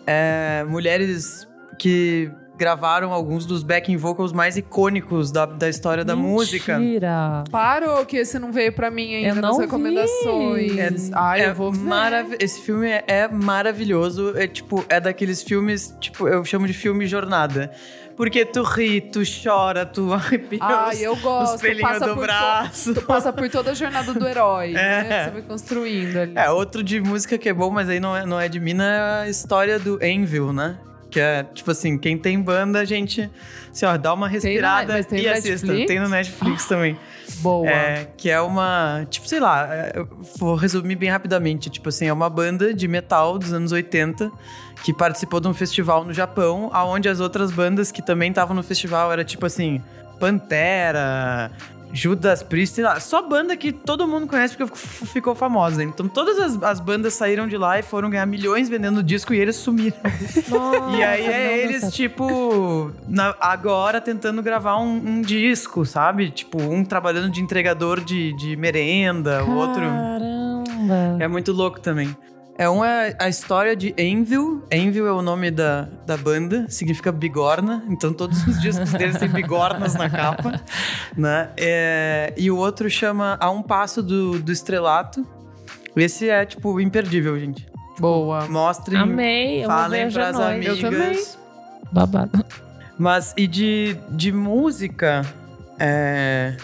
C: é, mulheres que gravaram alguns dos backing vocals mais icônicos da, da história da música.
A: Mentira.
B: Parou que esse não veio pra mim ainda
A: Eu não
B: nas
A: vi.
B: recomendações. Ai,
C: É
B: eu vou ver.
C: marav- Esse filme é, é maravilhoso. É tipo, é daqueles filmes, tipo, eu chamo de filme jornada. Porque tu ri, tu chora, tu arrepia
B: Ai,
C: os,
B: eu gosto.
C: os pelinhos
B: passa
C: do
B: por
C: braço.
B: to- passa por toda a jornada do herói.
C: É.
B: né? Você vai construindo ali.
C: É, outro de música que é bom, mas aí não é, não é de mina, é a história do Envil, né? Que é, tipo assim, quem tem banda, a gente, assim, ó, dá uma respirada
B: mas tem
C: e
B: no
C: assista.
B: Netflix?
C: Tem no Netflix também.
B: Boa.
C: É, que é uma, tipo, sei lá, é, eu vou resumir bem rapidamente. Tipo assim, é uma banda de metal dos anos 80 que participou de um festival no Japão, aonde as outras bandas que também estavam no festival era tipo assim, Pantera, Judas Priest, sei lá, só banda que todo mundo conhece porque f- ficou famosa. Então todas as, as bandas saíram de lá e foram ganhar milhões vendendo disco e eles sumiram. E
A: Ah,
C: aí é eles, tipo, na- agora tentando gravar um, um disco, sabe? Tipo, um trabalhando de entregador de, de merenda, É o outro.
A: Caramba.
C: É muito louco também. É um é a história de Envil. Envil é o nome da, da banda, significa bigorna. Então todos os discos deles têm bigornas na capa, né? É, e o outro chama A Um Passo do, do Estrelato. Esse é, tipo, imperdível, gente.
B: Boa.
C: Mostrem,
A: Amei. Eu
C: falem
A: Falem
C: pras
A: amigas.
C: amigas.
A: Babado.
C: Mas e de, de música, é,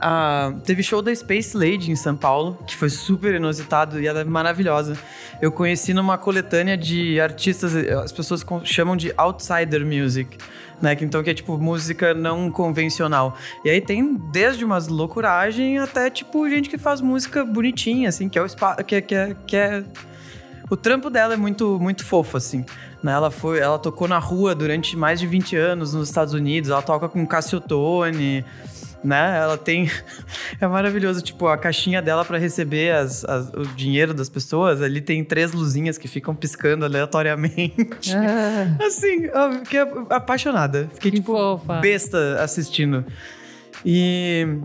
C: a- teve show da Space Lady em São Paulo, que foi super inusitado e ela é maravilhosa. Eu conheci numa coletânea de artistas, eh, as pessoas con- chamam de outsider music, né? Que Então que é tipo música não convencional. E aí tem desde umas loucuragens até tipo gente que faz música bonitinha, assim, que é o spa, que, é- que, é- que é o trampo dela é muito, muito fofo, assim. né? Ela, foi, ela tocou na rua durante mais de 20 anos nos Estados Unidos. Ela toca com Cassiotone, né? Ela tem... É maravilhoso, tipo, a caixinha dela para receber as- as- o dinheiro das pessoas. Ali tem três luzinhas que ficam piscando aleatoriamente. Assim, eu fiquei apaixonada. Fiquei,
A: Que
C: tipo,
A: fofa.
C: besta assistindo. E...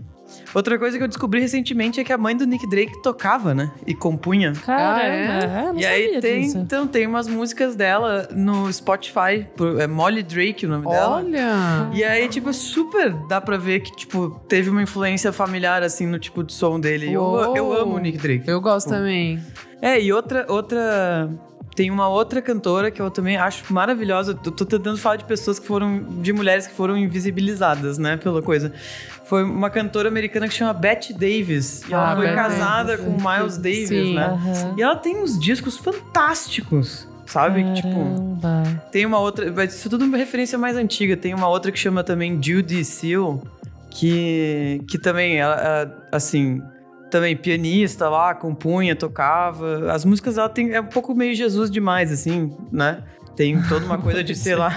C: Outra coisa que eu descobri recentemente é que a mãe do Nick Drake tocava, né? E compunha.
A: Caramba.
B: Ah, é?
A: Ah, eu não
C: E aí
A: sabia
C: tem,
A: disso.
C: então, tem umas músicas dela no Spotify, por- é Molly Drake o nome dela.
B: Olha.
C: E aí, tipo, super dá pra ver que, tipo, teve uma influência familiar, assim, no tipo de som dele. Eu,
B: Uou.
C: eu amo o Nick Drake.
B: Eu gosto
C: Tipo,
B: também.
C: É, e outra, outra... Tem uma outra cantora que eu também acho maravilhosa. Tô, tô tentando falar de pessoas que foram... De mulheres que foram invisibilizadas, né? Pela coisa. Foi uma cantora americana que chama Betty Davis. E ela
B: Ah,
C: foi
B: Bette
C: casada
A: Davis.
C: com Miles Davis,
B: Sim.
C: né?
A: Aham.
C: E ela tem uns discos fantásticos, sabe? Que, Tipo,
A: Caramba.
C: tem uma outra. Mas isso tudo é uma referência mais antiga. Tem uma outra que chama também Judy Seal, que, que também, ela, ela, assim. Também pianista lá, compunha, tocava. As músicas dela tem, é um pouco meio Jesus demais, assim, né? Tem toda uma coisa de, sei lá.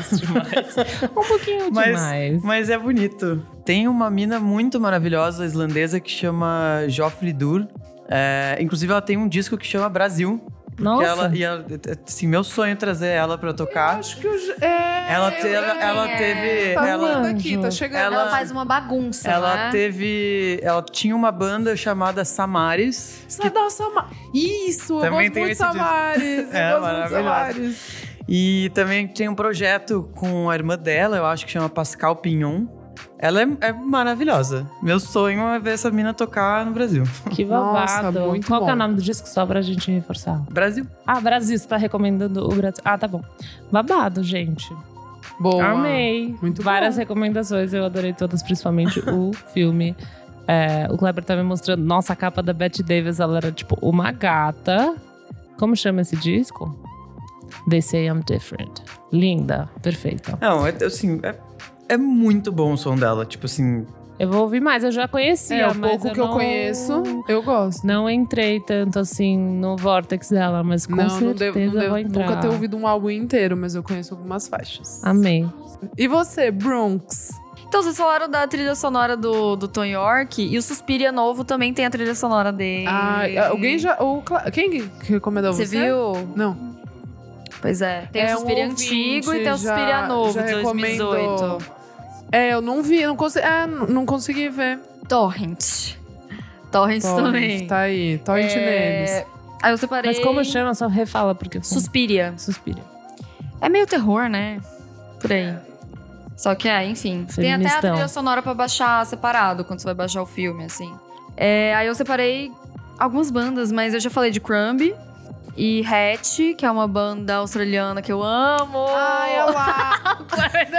A: Um pouquinho
C: Mas-
A: demais.
C: Mas é bonito. Tem uma mina muito maravilhosa islandesa que chama Joffrey Dur. É, inclusive, ela tem um disco que chama Brasil.
A: Nossa.
C: Que ela, e ela, assim, meu sonho é trazer ela pra tocar.
B: Acho que eu. já- É.
C: Ela,
D: eu
C: te- ela,
D: também,
C: ela
D: é.
C: teve.
B: Tá
C: Ela,
B: voando aqui, tá chegando.
D: Ela,
C: Ela-
D: faz uma bagunça,
C: ela
D: né?
C: teve. Ela tinha uma banda chamada Samaris.
B: Você dá o Samar. Isso,
C: Também
B: eu gosto
C: tem
B: muito de
C: esse disco.
B: Samares.
C: É,
B: eu gosto muito de
C: maravilhoso.
B: Samares.
C: E também tem um projeto com a irmã dela, eu acho que chama Pascal Pignon. Ela é, é maravilhosa. Meu sonho é ver essa mina tocar no Brasil.
A: Que
B: Nossa,
A: babado.
B: muito
A: Qual que é o
B: bom.
A: nome do disco só pra gente reforçar?
C: Brasil.
A: Ah, Brasil, você tá recomendando o Brasil. Ah, tá bom. Babado, gente.
B: Boa.
A: Amei.
B: Muito
A: Várias
B: bom.
A: recomendações, eu adorei todas, principalmente o filme. É, o Kleber tá me mostrando. Nossa, a capa da Betty Davis, ela era tipo uma gata. Como chama esse disco? They Say I'm Different. Linda, perfeita.
C: Não, é, assim, é, é muito bom o som dela. Tipo assim,
A: Eu vou ouvir mais, eu já conhecia,
B: É, o
A: mas
B: pouco que eu
A: não-
B: conheço, eu gosto.
A: Não entrei tanto assim no vortex dela, mas com
B: não, não
A: certeza
B: devo, não
A: eu
B: devo
A: vou entrar.
B: nunca ter ouvido um álbum inteiro, mas eu conheço algumas faixas.
A: Amei.
B: E você, Bronx?
D: Então, vocês falaram da trilha sonora do, do Tom York e o Suspiria Novo também tem a trilha sonora dele.
B: Ah, alguém já. O, Cla- quem que recomendou você?
D: Você viu?
B: Não.
D: Pois é. Tem
B: É
D: o
B: um
D: Suspiria
B: ouvinte,
D: Antigo e tem
B: já-
D: o Suspiria Novo,
B: já
D: de 2018.
B: recomendou. É, eu não vi, não consegui. Ah, n- não consegui ver.
D: Torrent. Torrent
B: Torrent,
D: também.
B: Tá aí, Torrent
D: É,
B: neles.
D: Aí eu separei.
A: Mas como chama, só refala, porque eu
D: Suspiria.
A: suspira.
D: É meio terror, né? Por aí.
A: É.
D: Só que é, enfim. Tem até a
A: Feministão.
D: trilha sonora pra baixar separado, quando você vai baixar o filme, assim. É, aí eu separei algumas bandas, mas eu já falei de Crumb. E Hatch, que é uma banda australiana que eu amo.
B: Ai, olha lá.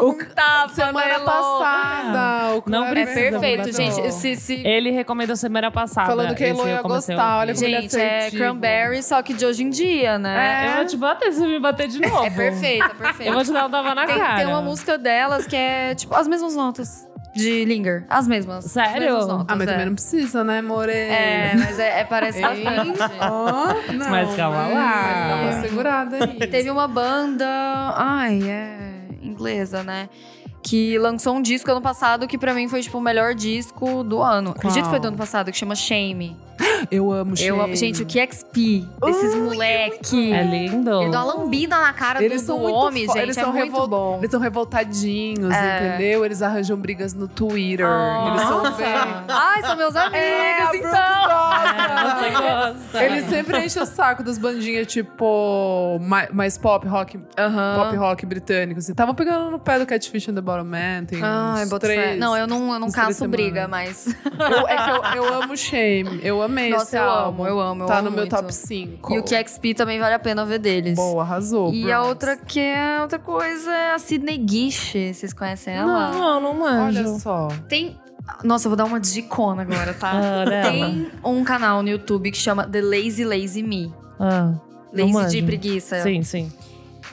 D: Não, um tapa,
B: Semana
D: né, Lô?
B: passada. o
A: Não
B: Kleber-
D: É
A: precisa
D: perfeito,
A: mudar,
D: gente.
A: não.
D: Se, se-
A: Ele recomendou semana passada.
B: Falando que a
A: esse
B: Elo ia
A: eu comecei a
B: gostar,
A: ouvir.
B: olha como ele é
D: Gente, é
B: assertivo.
D: Cranberry, só que de hoje em dia,
B: É.
D: né?
A: Eu vou te bater se me bater de novo.
D: É perfeito, é
A: É, Eu vou
D: perfeito.
A: te dar um tava na
D: Tem,
A: cara.
D: tem uma música delas que é, tipo, as mesmas notas de Linger. As mesmas. as
A: Sério?
D: mesmas notas,
B: Ah, mas
D: é.
B: também não precisa, né, Morena?
D: É, mas é, é, parece
B: Ei.
D: bastante.
B: Oh, não,
A: Mas calma
B: mas-
A: lá.
B: mas dá uma segurada aí.
D: Teve uma banda. Ai, é. inglesa, né? Que lançou um disco ano passado que pra mim foi, tipo, o melhor disco do ano. Acredito que foi do ano passado, que chama Shame.
B: Eu amo
D: Eu amo- gente, o QXP, esses moleque.
A: É lindo.
D: Ele dá um uma lambida na cara
B: Eles
D: do,
B: são
D: do
B: muito
D: homem,
B: fo-
D: gente.
B: eles
D: é
B: são
D: muito
B: revol-
D: bom. É.
B: Eles são revoltadinhos, entendeu? Eles arranjam brigas no Twitter. Eles são
D: Oh. Nossa.
B: bem...
D: Ai, são meus amigos,
B: É, a Brooks
D: então.
B: gosta.
A: Você gosta.
B: Ele sempre enche o saco das bandinhas, tipo, mais, mais pop, rock,
D: Aham.
B: pop rock britânico. Assim. Tava pegando no pé do Catfish and the Bottom Man, tem
D: Ai,
B: assim, uns
D: bota fé.
B: três.
D: Não, eu não, eu não
B: uns três
D: caço
B: semanas.
D: briga, mas.
B: Eu- é que eu, eu amo Shame, eu amei
D: Nossa,
B: esse
D: eu
B: álbum.
D: amo, eu amo, eu
B: Tá
D: amo
B: no meu
D: muito.
B: top 5.
D: E o QXP também vale a pena ver deles.
B: Boa, arrasou,
D: e a
B: Bronx.
D: outra que é outra coisa é a Sidney Guiche. Vocês conhecem ela?
A: Não, não
B: Olha
A: manjo.
B: só.
D: Tem. Nossa, eu vou dar uma dicona agora, tá?
A: Ah, dela.
D: Tem um canal no YouTube que chama The Lazy Lazy Me.
A: Ah, não
D: Lazy de
A: manjo.
D: preguiça.
A: Sim, sim.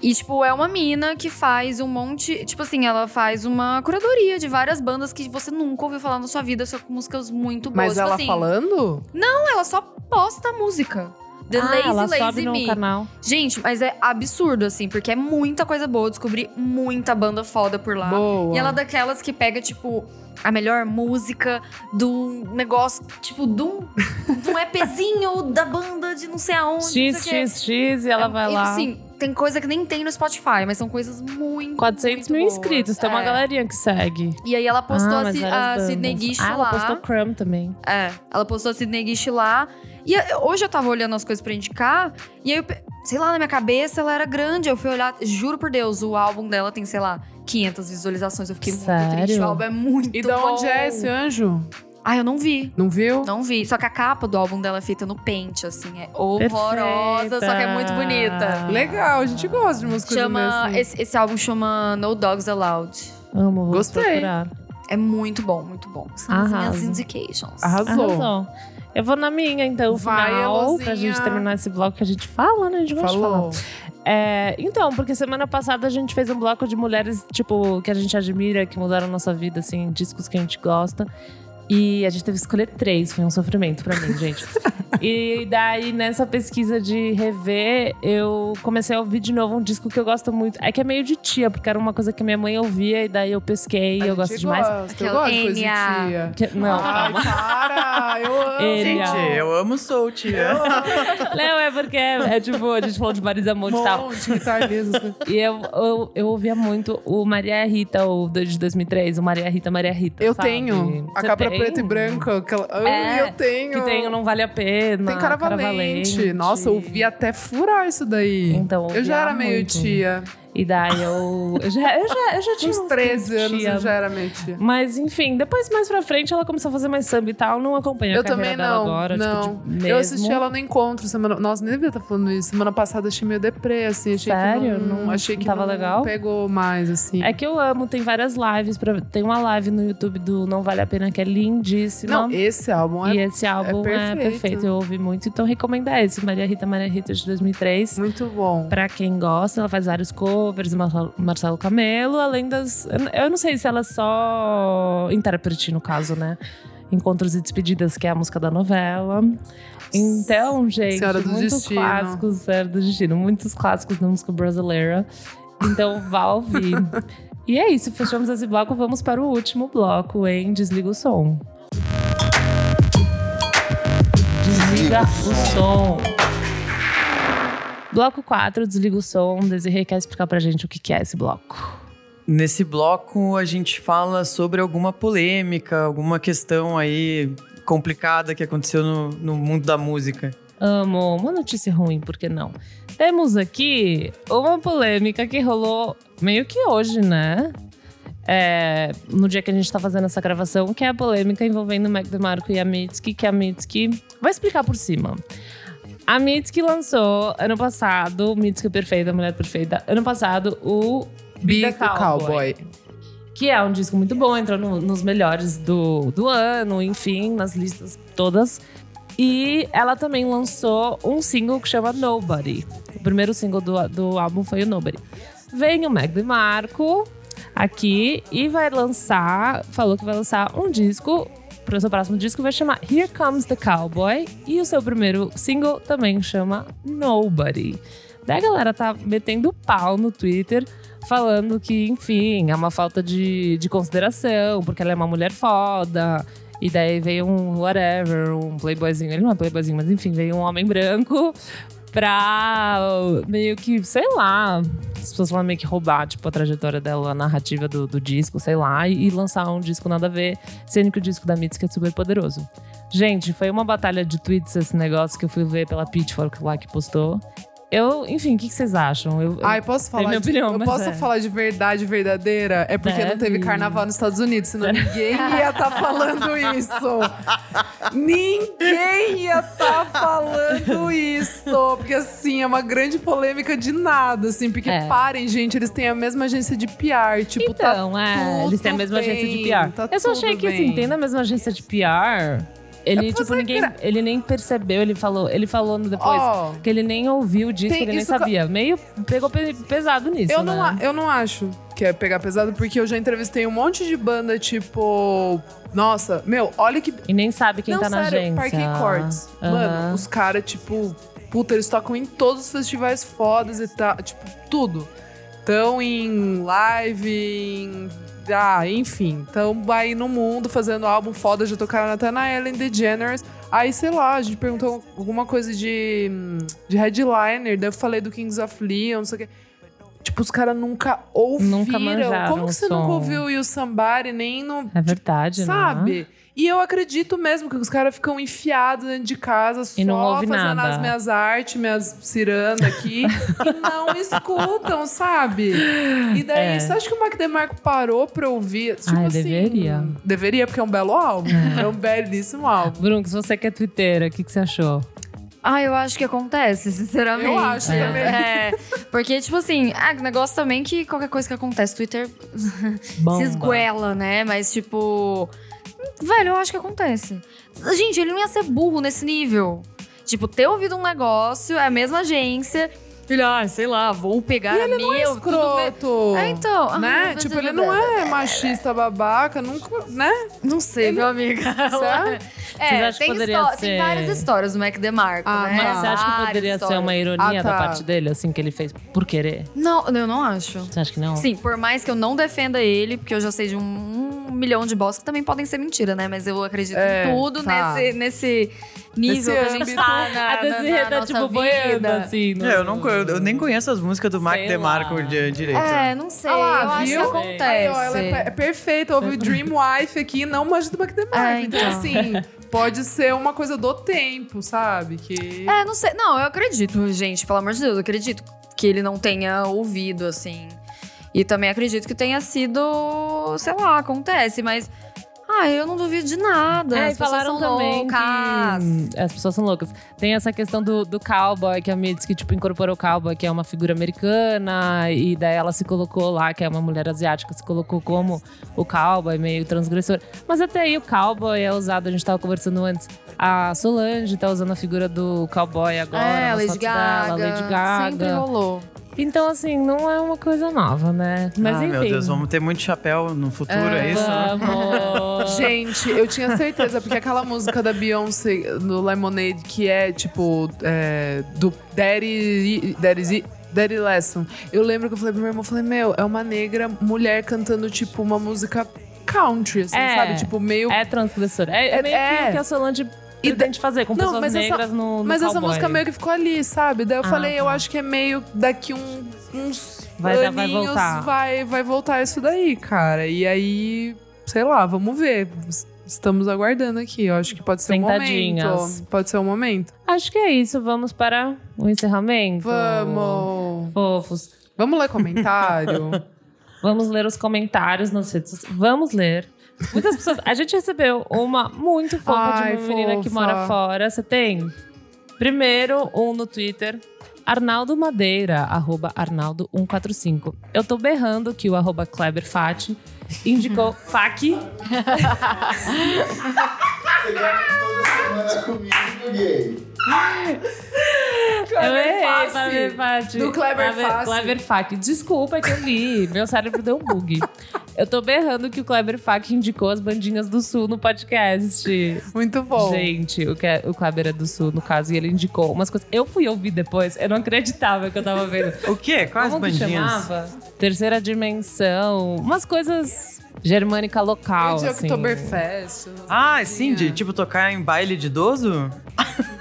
D: E, tipo, é uma mina que faz um monte. Tipo assim, ela faz uma curadoria de várias bandas que você nunca ouviu falar na sua vida, só com músicas muito boas.
B: Mas
D: Tipo
B: ela
D: assim,
B: falando?
D: Não, ela só posta a música. The
A: ah,
D: Lazy
A: ela
D: Lazy
A: sobe
D: Me.
A: no canal.
D: Gente, mas é absurdo, assim, porque é muita coisa boa. Eu descobri muita banda foda por lá.
B: Boa.
D: E ela é daquelas que pega, tipo, a melhor música do negócio, tipo, de um, de um EPzinho da banda de não sei aonde. não
A: X,
D: sei o quê.
A: X, X, e ela
D: É,
A: vai
D: e,
A: lá.
D: Assim, tem coisa que nem tem no Spotify, mas são coisas muito.
A: 400
D: muito
A: mil
D: boas.
A: inscritos, tem uma
D: É.
A: galerinha que segue.
D: E aí ela postou
A: Ah,
D: a,
A: mas
D: Ci-
A: várias
D: a
A: bandas.
D: Sidney Guiche
A: ah,
D: lá.
A: Ela postou Crumb também.
D: É, ela postou a Sidney Guiche lá. E eu- hoje eu tava olhando as coisas pra indicar, e aí, eu, pe- sei lá, na minha cabeça ela era grande. Eu fui olhar, juro por Deus, o álbum dela tem, sei lá, 500 visualizações. Eu fiquei muito
A: Sério?
D: triste. O álbum é muito
B: E
D: bom.
B: da onde é esse anjo?
D: Ah, eu não vi.
B: Não viu?
D: Não vi. Só que a capa do álbum dela é feita no pente, assim. É horrorosa,
A: Perfeita.
D: só que é muito bonita.
B: Legal, a gente gosta de músicas
D: Ah. Chama,
B: assim.
D: esse, esse álbum chama No Dogs Allowed.
A: Amo, vou
B: Gostei.
A: procurar.
D: É muito bom, muito bom. São as minhas
A: Arrasa.
D: indications.
B: Arrasou.
A: Arrasou. Eu vou na minha, então,
B: Vai,
A: final,
B: Elozinha.
A: pra gente terminar esse bloco que a gente fala, né? A gente gosta de falar.
B: Falou.
A: É, então, porque semana passada a gente fez um bloco de mulheres, tipo, que a gente admira, que mudaram nossa vida, assim, discos que a gente gosta. E a gente teve que escolher três, foi um sofrimento pra mim, gente. e daí, nessa pesquisa de rever, eu comecei a ouvir de novo um disco que eu gosto muito. É que é meio de tia, porque era uma coisa que minha mãe ouvia, e daí eu pesquei,
B: A
A: eu gosto
B: gente
A: demais.
B: Gosta, eu
D: Aquela
B: gosto de coisa de
D: Enya.
B: tia.
A: Que- não,
B: Ai, para! Ah, Eu amo!
A: Ele,
C: Gente,
A: ó.
C: eu amo Soul, tia.
A: não, é porque é, é tipo, a gente falou de Marisa Monte
D: tá
A: e tal.
B: Monte, guitarrismo. assim.
A: E eu, eu, eu ouvia muito o Maria Rita, o do- de 2003, o Maria Rita, Maria Rita.
B: Eu
A: sabe?
B: tenho a
A: Você
B: capa
A: tem?
B: preta e branca. Aquela... Ai,
A: É,
B: eu tenho!
A: Que tem o Não Vale a Pena.
B: Tem cara valente. Nossa, eu vi até furar isso daí.
A: Então,
B: eu já era
A: ouvia
B: meio
A: muito.
B: tia.
A: E daí eu. Eu já, eu já, eu já tinha
B: Uns 13 anos
A: tia.
B: eu já era meio tia.
A: Mas enfim, depois mais pra frente ela começou a fazer mais samba e tal. Não acompanho
B: Eu
A: a carreira
B: também
A: dela
B: não.
A: agora. tipo,
B: não.
A: de- mesmo.
B: Eu assisti ela no encontro semana. Nossa, nem devia estar falando isso. Semana passada achei meio deprê, assim. Achei
A: Sério?
B: Que não,
A: Não-
B: achei
A: não
B: que
A: tava
B: não
A: legal?
B: pegou mais, assim.
A: É que eu amo, tem várias lives. pra- Tem uma live no YouTube do Não Vale a Pena que é lindíssima.
B: não, esse álbum é
A: E esse álbum é perfeito.
B: perfeito.
A: eu ouvi muito, então recomendo esse, Maria Rita, Maria Rita de 2003.
B: muito bom.
A: Pra quem gosta, ela faz vários covers, Marcelo- Marcelo Camelo, além das. Eu não sei se ela é só intérprete, no caso, né? Encontros e Despedidas, que é a música da novela. Então, gente,
B: Senhora do
A: muitos
B: Destino.
A: clássicos, Senhora do Destino, muitos clássicos da música brasileira. Então, vá ouvir. e é isso, fechamos esse bloco, vamos para o último bloco, hein? Desliga o som. Desliga o som. Bloco 4, desliga o som. Desirê quer explicar pra gente o que que é esse bloco.
C: Nesse bloco a gente fala sobre alguma polêmica, alguma questão aí complicada que aconteceu no, no mundo da música.
A: Amo, uma notícia ruim, por que não? Temos aqui uma polêmica que rolou meio que hoje, né? É, no dia que a gente tá fazendo essa gravação, que é a polêmica envolvendo o Mac DeMarco e a Mitski, que a Mitski vai explicar por cima. A Mitski lançou ano passado, Mitski Perfeita, Mulher Perfeita, ano passado, o Be the Cowboy. que é um disco muito bom, entrou no- nos melhores do, do ano, enfim, nas listas todas. E ela também lançou um single que chama Nobody. O primeiro single do, do álbum foi o Nobody. Vem o Meg Marco aqui e vai lançar, falou que vai lançar um disco. Pro seu próximo disco vai chamar Here Comes the Cowboy. E o seu primeiro single também chama Nobody. Daí a galera tá metendo pau no Twitter, falando que, enfim, é uma falta de, de consideração, porque ela é uma mulher foda. E daí veio um whatever, um playboyzinho. Ele não é playboyzinho, mas enfim, veio um homem branco pra uh, meio que, sei lá, as pessoas vão meio que roubar, tipo, a trajetória dela, a narrativa do, do disco, sei lá, e, e lançar um disco nada a ver, sendo que o disco da Mitski é super poderoso. Gente, foi uma batalha de tweets esse negócio que eu fui ver pela Pitchfork lá que postou. Eu, enfim, o que, que vocês acham? Eu, eu-
B: Ai, posso falar
A: minha
B: de,
A: opinião,
B: eu
A: mas
B: posso
A: é.
B: falar de verdade verdadeira? É porque não teve
A: Deve.
B: carnaval nos Estados Unidos, senão ninguém ia estar falando isso. ninguém ia estar falando isso, porque assim é uma grande polêmica de nada, assim, porque
A: É.
B: parem, gente, eles têm a mesma agência de PR, tipo tá
A: então, é,
B: tudo
A: eles têm a mesma
B: bem,
A: agência de PR.
B: tá
A: eu só
B: tudo
A: achei que, assim,
B: bem. É
A: tendo a mesma agência de PR, ele, tipo, ninguém, ele nem percebeu, ele falou, ele falou depois
B: Ó.
A: que ele nem ouviu o disco,
B: Tem
A: ele nem
B: isso ca-
A: sabia. Meio pegou pe- pesado nisso,
B: Eu não,
A: né?
B: a- eu não acho que é pegar pesado, porque eu já entrevistei um monte de banda, tipo. Nossa, meu, olha que.
A: E nem sabe quem
B: não,
A: tá na
B: sério,
A: agência.
B: Parquet Courts.
A: Aham.
B: Mano, os caras, tipo, puta, eles tocam em todos os festivais fodas e tal. Tipo, tudo. Estão em live, em. Ah, enfim. Estão aí no mundo fazendo álbum foda, já tocaram até na Ellen DeGeneres. Aí, sei lá, a gente perguntou alguma coisa de, hum, de headliner, daí eu falei do Kings of Leon, não sei o quê. Tipo, os caras nunca ouviram.
A: manjaram
B: Como
A: o
B: que você
A: som.
B: nunca ouviu You Somebody, nem no.
A: É verdade, né?
B: Sabe? E eu acredito mesmo que os caras ficam enfiados dentro de casa
A: E
B: só
A: não ouve
B: fazendo
A: nada.
B: as minhas artes, minhas ciranda aqui, e não escutam, sabe? E daí,
A: É.
B: você acha que o Mac DeMarco parou pra ouvir? Tipo
A: Ai,
B: assim,
A: deveria.
B: Deveria, porque é um belo álbum. É, um belíssimo álbum.
A: Bruno, se você que é twitteira, o que, que você achou?
D: Ah, eu acho que acontece, sinceramente.
B: Eu acho
D: é.
B: também.
D: É, porque, tipo assim, ah, negócio também que qualquer coisa que acontece, Twitter
A: Bom.
D: se esguela, né? Mas, tipo. Velho, eu acho que acontece. Gente, ele não ia ser burro nesse nível. Tipo, ter ouvido um negócio, é a mesma agência. Ele, ah, sei lá, vou pegar a minha.
A: é
D: eu- tudo bem.
B: Escroto.
D: É, então.
B: Né?
D: Ah,
B: Tipo, ele não é machista babaca, nunca, né?
D: Não sei, meu amiga.
B: Será?
A: Vocês
D: É,
A: acham que
D: tem,
A: poderia
D: histó-
A: ser-
D: tem várias histórias do Mac DeMarco,
B: Ah,
D: né?
A: Mas você acha que
D: Várias
A: poderia ser
D: histórias.
A: uma ironia
B: Ah,
A: da
B: tá.
A: parte dele, assim, que ele fez por querer?
D: Não, eu não acho.
A: Você acha que não?
D: Sim, por mais que eu não defenda ele, porque eu já sei de um, um milhão de boss que também podem ser mentira, né? Mas eu acredito
B: É,
D: em tudo
B: tá.
D: nesse, nesse nível
B: Nesse
D: que a gente
B: âmbito.
D: tá na,
A: A
D: na,
A: Desirê
D: na
A: tá,
D: nossa
A: tipo, boiando,
D: vida.
A: assim. no-
C: É, eu, não, co- eu, eu nem conheço as músicas do Mark
A: Sei
C: DeMarco
A: lá.
C: de, direito.
D: É, não sei.
B: Ah lá,
D: eu
B: viu?
D: acho que acontece.
B: Aí, ó, ela é, pe- é perfeita, ouve o Dream Wife aqui, não manja do Mac DeMarco.
D: É,
B: então.
D: então.
B: assim, pode ser uma coisa do tempo, sabe? Que...
D: É, não sei. Não, eu acredito, gente. Pelo amor de Deus, eu acredito que ele não tenha ouvido, assim. E também acredito que tenha sido, sei lá, acontece, mas. Ah, eu não duvido de nada.
A: É,
D: As
A: e
D: pessoas
A: falaram
D: são
A: também
D: loucas.
A: que as pessoas são loucas. Tem essa questão do, do cowboy, que a Mitz que tipo, incorporou o cowboy, que é uma figura americana, e daí ela se colocou lá, que é uma mulher asiática, se colocou como o cowboy, meio transgressor. Mas até aí o cowboy é usado, a gente tava conversando antes, a Solange tá usando a figura do cowboy agora,
D: É,
A: nas
D: Lady
A: fotos dela,
D: Gaga.
A: Lady Gaga.
D: Sempre rolou.
A: Então, assim, não é uma coisa nova, né? Mas
C: ah,
A: enfim.
C: meu Deus, vamos ter muito chapéu no futuro, é, isso?
A: Vamos.
B: Gente, eu tinha certeza, porque aquela música da Beyoncé no Lemonade, que é tipo é, do Daddy, Daddy, Daddy Lesson. Eu lembro que eu falei pro meu irmão, eu falei, meu, é uma negra mulher cantando tipo uma música country, assim,
A: É.
B: sabe? Tipo, meio
A: É transgressor. É, é
B: É-
A: meio que
B: é.
A: o que a Solange
B: E
A: pretende fazer com
B: Não,
A: pessoas
B: mas essa-
A: negras no, no
B: Mas essa
A: cowboy.
B: música meio que ficou ali, sabe? Daí eu
A: Ah,
B: falei, eu
A: tá.
B: acho que é meio daqui um- uns
A: Vai dar- vai
B: aninhos
A: voltar.
B: Vai, vai voltar isso daí, cara. E aí, sei lá, vamos ver. S- Estamos aguardando aqui. Eu acho que pode ser um
A: Sentadinhas.
B: momento. Pode ser um momento.
A: Acho que é isso. Vamos para o encerramento.
B: Vamos.
A: Fofos.
B: Vamos ler comentário?
A: Vamos ler os comentários nas redes sociais. Vamos ler. Muitas pessoas. A gente recebeu uma muito fofa de
B: Ai,
A: uma menina que
B: fofa.
A: mora fora. Você tem? Primeiro, um no Twitter. Arnaldo Madeira, arroba Arnaldo145. Eu tô berrando que o arroba Kleber Fati indicou FAC
E: Você toda semana comigo, gay.
A: Eu errei,
D: Face.
A: Kleber Fati.
D: Do Kleber
A: Kleber-
D: Face.
A: Kleber Fati. Desculpa é que eu li. Meu cérebro deu um bug. Eu tô berrando que o Kleber Fati indicou as bandinhas do Sul no podcast.
B: Muito bom.
A: Gente, o, que é- o Kleber é do Sul, no caso, e ele indicou umas coisas. Eu fui ouvir depois, eu não acreditava que eu tava vendo.
C: O quê? Quais
A: Como que
C: bandinhas?
A: chamava? Terceira dimensão. Umas coisas germânica local,
B: Gente,
A: assim.
B: é Oktoberfest.
C: Ah, sim, de tipo tocar em baile de idoso?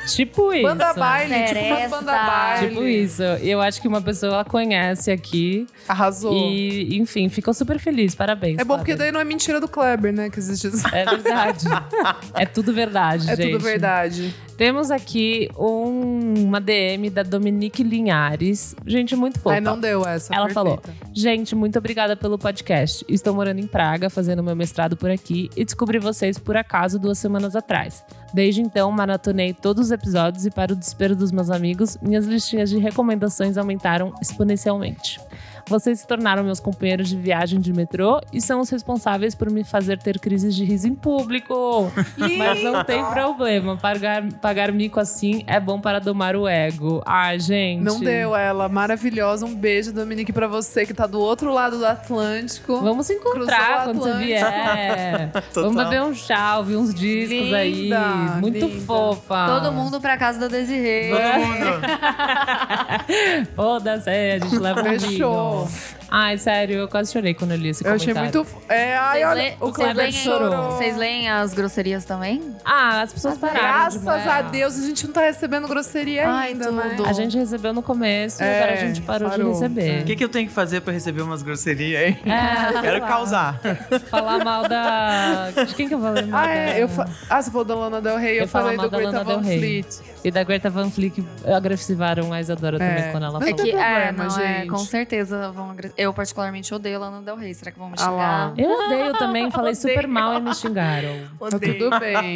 A: Tipo isso.
B: Banda baile, tipo umas
D: Festa.
B: banda baile.
A: Tipo isso. E eu acho que uma pessoa ela conhece aqui.
B: Arrasou.
A: E, enfim, ficou super feliz. Parabéns.
B: É bom porque
A: Kleber.
B: daí não é mentira do Kleber, né? Que existe isso.
A: É verdade. é tudo verdade,
B: É
A: gente.
B: tudo verdade.
A: Temos aqui um- uma DM da Dominique Linhares. Gente, muito fofa.
B: Aí não deu essa.
A: Ela
B: perfeita.
A: Gente, muito obrigada pelo podcast. Estou morando em Praga, fazendo meu mestrado por aqui e descobri vocês por acaso duas semanas atrás. Desde então, maratonei todos os episódios e, para o desespero dos meus amigos, minhas listinhas de recomendações aumentaram exponencialmente. Vocês se tornaram meus companheiros de viagem de metrô e são os responsáveis por me fazer ter crises de riso em público. Mas não tem problema, pagar, pagar mico assim é bom para domar o ego. Ai, gente.
B: Não deu ela. Maravilhosa. Um beijo, Dominique, pra você que tá do outro lado do Atlântico.
A: Vamos se encontrar
B: Cruzou o
A: quando você
B: Atlântico.
A: vier. Vamos beber um chá, ouvir uns discos
B: Linda,
A: aí. Muito
B: linda.
A: fofa.
D: Todo mundo pra casa da Desirê.
A: É.
C: Todo mundo.
A: Foda-se, a gente leva um
B: Fechou.
A: vinho. Ai, sério, eu quase chorei quando eu li esse
B: Eu achei
A: comentário.
B: muito. f- É, ai,
D: Vocês
B: olha,
D: lê-
B: o
D: vocês
B: Kleber
D: leem-
B: chorou.
D: Vocês leem as grosserias também?
A: Ah, as pessoas pararam de
B: Graças
A: mandar.
B: a Deus, a gente não tá recebendo grosseria
D: Ai,
B: ainda,
D: tudo.
B: né?
A: A gente recebeu no começo e
B: É,
A: agora a gente parou,
B: parou.
A: de receber.
C: O É. que, que eu tenho que fazer pra receber umas grosserias, hein?
A: É, sei
C: Quero
A: lá,
C: causar.
A: Falar mal da. De quem que eu falei mal?
B: Ah, é,
A: da-
B: eu fa... ah, você falou da Lana Del Rey, eu,
A: Eu falo
B: falei
A: mal
B: do
A: da
B: Greta
A: Lana Del
B: Van
A: Rey.
B: Fleet.
A: E da Greta Van Flick agressivaram a Isadora
B: É.
A: também quando ela
B: Não
A: falou.
B: tem problema,
D: é, não, é,
B: gente.
D: com certeza vão agre- Eu, particularmente, odeio Lana Del Rey. Será que vão me
B: Ah lá.
D: xingar?
A: Eu odeio também, falei super
D: Odeio.
A: mal e me xingaram.
B: Tá tudo bem.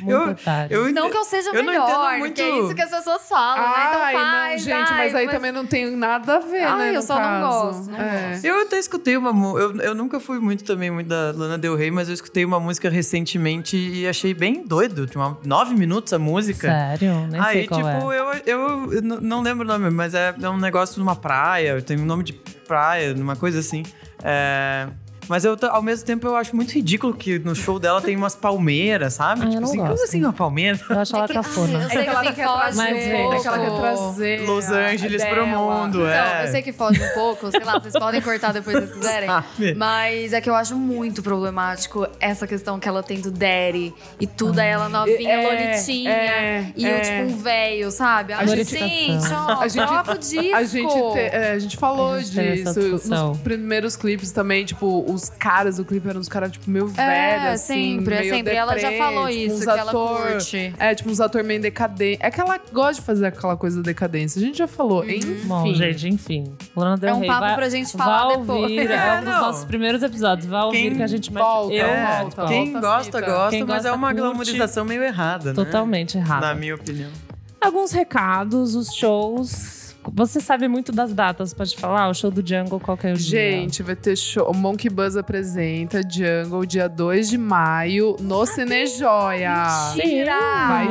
A: Muito
C: Eu-
A: otário.
C: Eu
D: Não
C: entendo.
D: que eu seja
C: Eu não entendo
D: melhor,
C: muito-
D: que é isso que as pessoas falam, né?
B: ai,
D: Então faz,
B: não, gente,
D: ai,
B: mas aí também não tem nada a ver,
D: Ai,
B: né?
D: eu
B: no
D: só não
B: caso.
D: gosto, não
B: É.
D: gosto.
C: Eu até escutei uma. mu- Eu, eu nunca fui muito também muito da Lana Del Rey, mas eu escutei uma música recentemente e achei bem doido. Tinha uma- nove minutos a música.
A: Sério? Nem
C: Aí,
A: sei qual
C: tipo,
A: é.
C: eu, eu, eu n- não lembro o nome, mas é, é um negócio numa praia, tem um nome de praia, numa coisa assim. É, mas eu, ta- ao mesmo tempo, eu acho muito ridículo que no show dela tem umas palmeiras, sabe?
A: Ah, eu
C: tipo
A: não
C: assim,
A: gosto.
C: como assim uma palmeira?
A: Eu acho ela cafona.
D: Eu sei que
B: ela
D: assim,
B: quer
D: foge
A: trazer,
D: um
A: é
D: pouco.
A: que ela quer
B: trazer.
C: Los
B: É, a
C: Angeles
B: dela.
C: pro mundo,
D: Então,
C: é.
D: eu sei que foge um pouco, sei lá, vocês podem cortar depois se vocês quiserem.
C: Sabe?
D: Mas é que eu acho muito problemático essa questão que ela tem do Daddy e tudo, aí ela novinha,
B: É,
D: lolitinha.
B: é,
D: e
B: é.
D: eu, tipo, um velho, sabe? Ah,
A: A gente-
D: gente, ó,
B: A gente-
D: troca o um disco.
B: A gente, te- é, a gente falou
A: A gente teve essa
B: disso.
A: discussão.
B: Nos primeiros clipes também, tipo, os caras do clipe eram uns caras, tipo, meio velho,
D: É,
B: assim.
D: sempre, é
B: meio
D: sempre. Ela já
B: deprê,
D: falou
B: tipo,
D: isso,
B: uns
D: que ela
B: ator-
D: curte.
B: É, tipo, uns ator meio decadente. É que ela gosta de fazer aquela coisa da decadência. A gente já falou,
D: Uhum.
B: enfim.
A: Bom, gente, enfim. Lana Del
D: É um
A: Rey,
D: papo
A: vai-
D: pra gente
A: vá
D: falar
A: ouvir,
D: depois.
A: É um dos
C: não.
A: nossos primeiros episódios. Vá ouvir
C: Quem
A: que a gente mexe.
B: volta,
A: eu
C: é,
A: volto.
B: volta.
C: Quem
B: Volta a
C: gosta,
B: fita.
C: gosta,
A: Quem
C: mas é
A: gosta,
C: uma
A: curte.
C: glamorização meio errada, né?
A: Totalmente errado.
C: Na minha opinião.
A: Alguns recados, os shows. Você sabe muito das datas, pode falar? O show do Jungle, qual que é o dia?
B: Gente, vai ter show. O Monkey Buzz apresenta Jungle dia 2 de maio no Cinejoia.
A: Sim,
B: Vai
D: Ah,
C: Ah,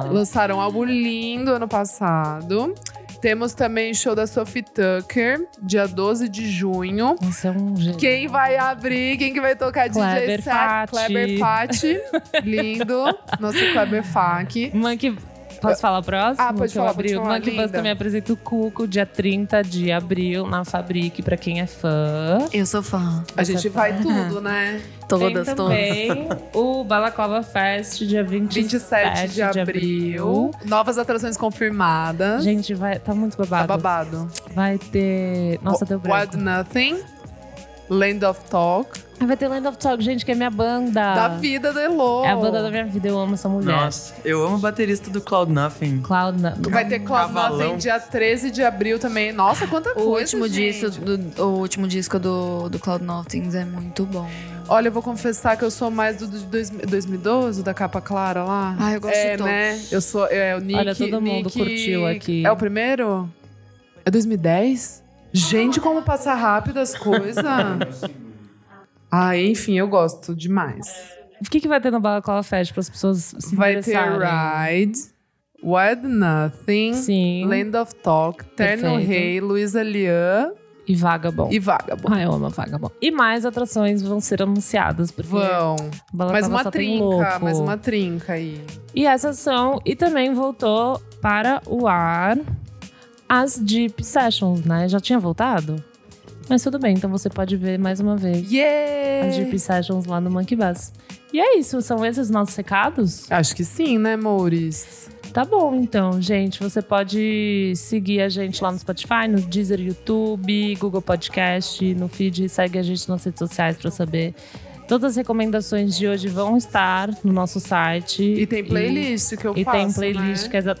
A: menina.
B: Lançaram um álbum lindo ano passado. Temos também show da Sophie Tucker, dia 12 de junho.
A: Você é um gênio.
B: Quem vai abrir? Quem que vai tocar
A: Kleber
B: DJ set?
A: Fati.
B: Kleber Fati. Lindo. Nosso Kleber Fak.
A: Monkey. Posso falar o próximo?
B: Ah, pode
A: que
B: falar,
A: eu abri?
B: pode
A: O
B: falar,
A: Monkey Buzz
B: linda.
A: também apresenta o Cuco, dia 30 de abril, na Fabric, pra quem é fã.
D: Eu sou fã.
B: A gente
A: tá.
B: vai tudo, né?
D: Todas,
A: Tem
D: todas.
A: também o Balaclava Fest, dia 27,
B: 27 de abril. Novas atrações confirmadas.
A: Gente, vai, tá muito
B: Tá
A: babado.
B: babado.
A: Vai ter. Nossa, deu branco.
B: Wild Nothing. Land of Talk,
A: Vai ter Land of Talk, gente, que é minha banda.
B: da vida da Elo.
A: É a banda da minha vida, eu amo essa
D: né?
A: mulher.
C: Nossa, eu amo o baterista do Cloud Nothing.
A: Cloud na...
B: Vai ter Clamado
C: Cavalão.
B: em dia 13 de abril também. Nossa, quanta
D: O
B: coisa,
D: último,
B: gente.
D: disco do, o último disco do, do Cloud Nothings é muito bom.
B: Olha, eu vou confessar que eu sou mais do de dois- 2012, da capa clara lá.
D: Ah, eu gosto
B: é,
D: de todos.
B: né? Eu sou... É, o Nick...
A: Olha, todo mundo
B: Nick-
A: curtiu aqui.
B: É o primeiro? É 2010? Gente, como passa rápido as coisas. ah, enfim, eu gosto demais.
A: O que, que vai ter no Balaclava Fest para as pessoas se
B: Vai ter
A: interessarem?
B: Ride, Wild Nothing,
A: Sim.
B: Land of Talk, Terno
A: Perfeito.
B: Rei, Luísa Lian
A: E Vagabond.
B: e Vagabond.
A: Ah, eu amo a Vagabond. E mais atrações vão ser anunciadas, porque
B: Vão.
A: o Balaclava
B: Mais uma
A: só tem tá louco.
B: trinca, mais uma trinca aí.
A: E essas são... E também voltou para o ar as Deep Sessions, né? Já tinha voltado? Mas tudo bem, então você pode ver mais uma vez
B: Yeah!
A: as Deep Sessions lá no Monkey Bus. E é isso, são esses nossos recados?
B: Acho que sim, né, Mouris?
A: Tá bom, então, gente. Você pode seguir a gente lá no Spotify, no Deezer, YouTube, Google Podcast, no feed. Segue a gente nas redes sociais pra saber. Todas as recomendações de hoje vão estar no nosso site.
B: E tem playlist que eu
A: E, e
B: faço,
A: tem playlist
B: né?
A: que é exa-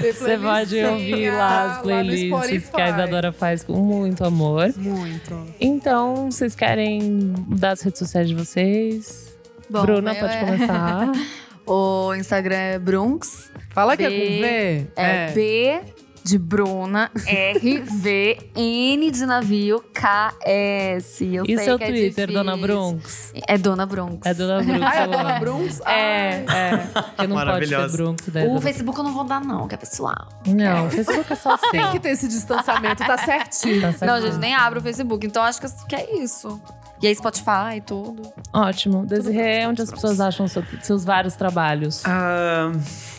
B: Tem
A: você pode
B: playlistinha
A: ouvir lá as
B: lá no
A: playlists que a
B: Spotify.
A: Isadora faz com muito amor.
B: Muito.
A: Então, vocês querem dar as redes sociais de vocês?
D: Bom,
A: Bruna,
D: o meu
A: pode
D: é-
A: começar.
D: O Instagram é Brunks.
B: Fala que é
D: B-
B: com V.
D: É, B de Bruna, R, V, N de navio, K, S. Eu
A: e
D: sei
A: seu
D: que é
A: Twitter,
D: difícil.
A: Dona Bronx?
D: É Dona Brunks.
A: É Dona Brunx.
B: Ah, é a
A: eu
B: Dona
A: amo.
B: Brunx?
D: É,
B: Ai.
D: é.
A: Porque não pode ter
C: Tá Maravilhosa.
A: Bronx, né?
D: O Facebook eu não vou dar, não, que é pessoal.
A: Não, o Facebook é só assim.
B: Tem que ter esse distanciamento, tá certinho.
A: Tá certo.
D: Não, gente, né? nem abre o Facebook. Então acho que que é isso. E aí, Spotify e tudo.
A: Ótimo. Desirê, onde as pessoas acham seu- seus vários trabalhos?
C: Ah,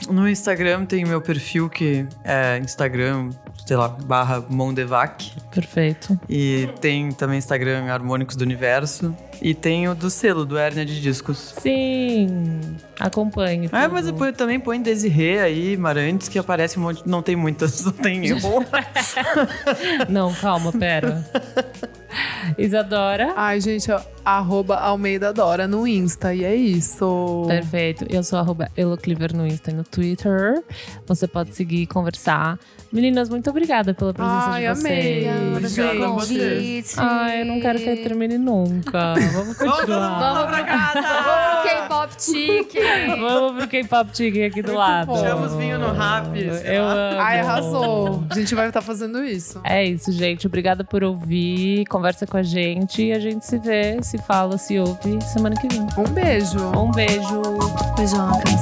C: no Instagram tem meu perfil que é Instagram, sei lá, barra Mondevac.
A: Perfeito.
C: E tem também Instagram Harmônicos do Universo. E tem o do selo, do Hérnia de Discos.
A: Sim, acompanhe.
C: Ah,
A: tudo.
C: mas eu ponho- também põe Desirê aí, Marantes, que aparece um monte. Não tem muitas, só tem eu.
A: Não, calma, pera. Isadora.
B: Ai, gente, ó, arroba Almeida Dora no Insta, e é isso.
A: Perfeito. Eu sou arroba Elocliver no Insta e no Twitter. Você pode seguir e conversar. Meninas, muito obrigada pela presença
B: Ai,
A: de vocês.
B: amei.
C: Obrigada a
D: pelo
C: vocês.
D: convite.
A: Ai, eu não quero que eu termine nunca. Vamos continuar.
D: Vamos pra casa! K-pop chique!
A: Vamos pro K-pop Chicken aqui do
B: Muito
A: lado.
B: bom.
C: Chama os vinhos no rap. sei
A: Eu
C: lá.
A: amo.
B: Ai, arrasou. A gente vai estar fazendo isso.
A: É isso, gente. Obrigada por ouvir. Conversa com a gente e a gente se vê, se fala, se ouve semana que vem.
B: Um beijo.
A: Um beijo.
D: Beijocas.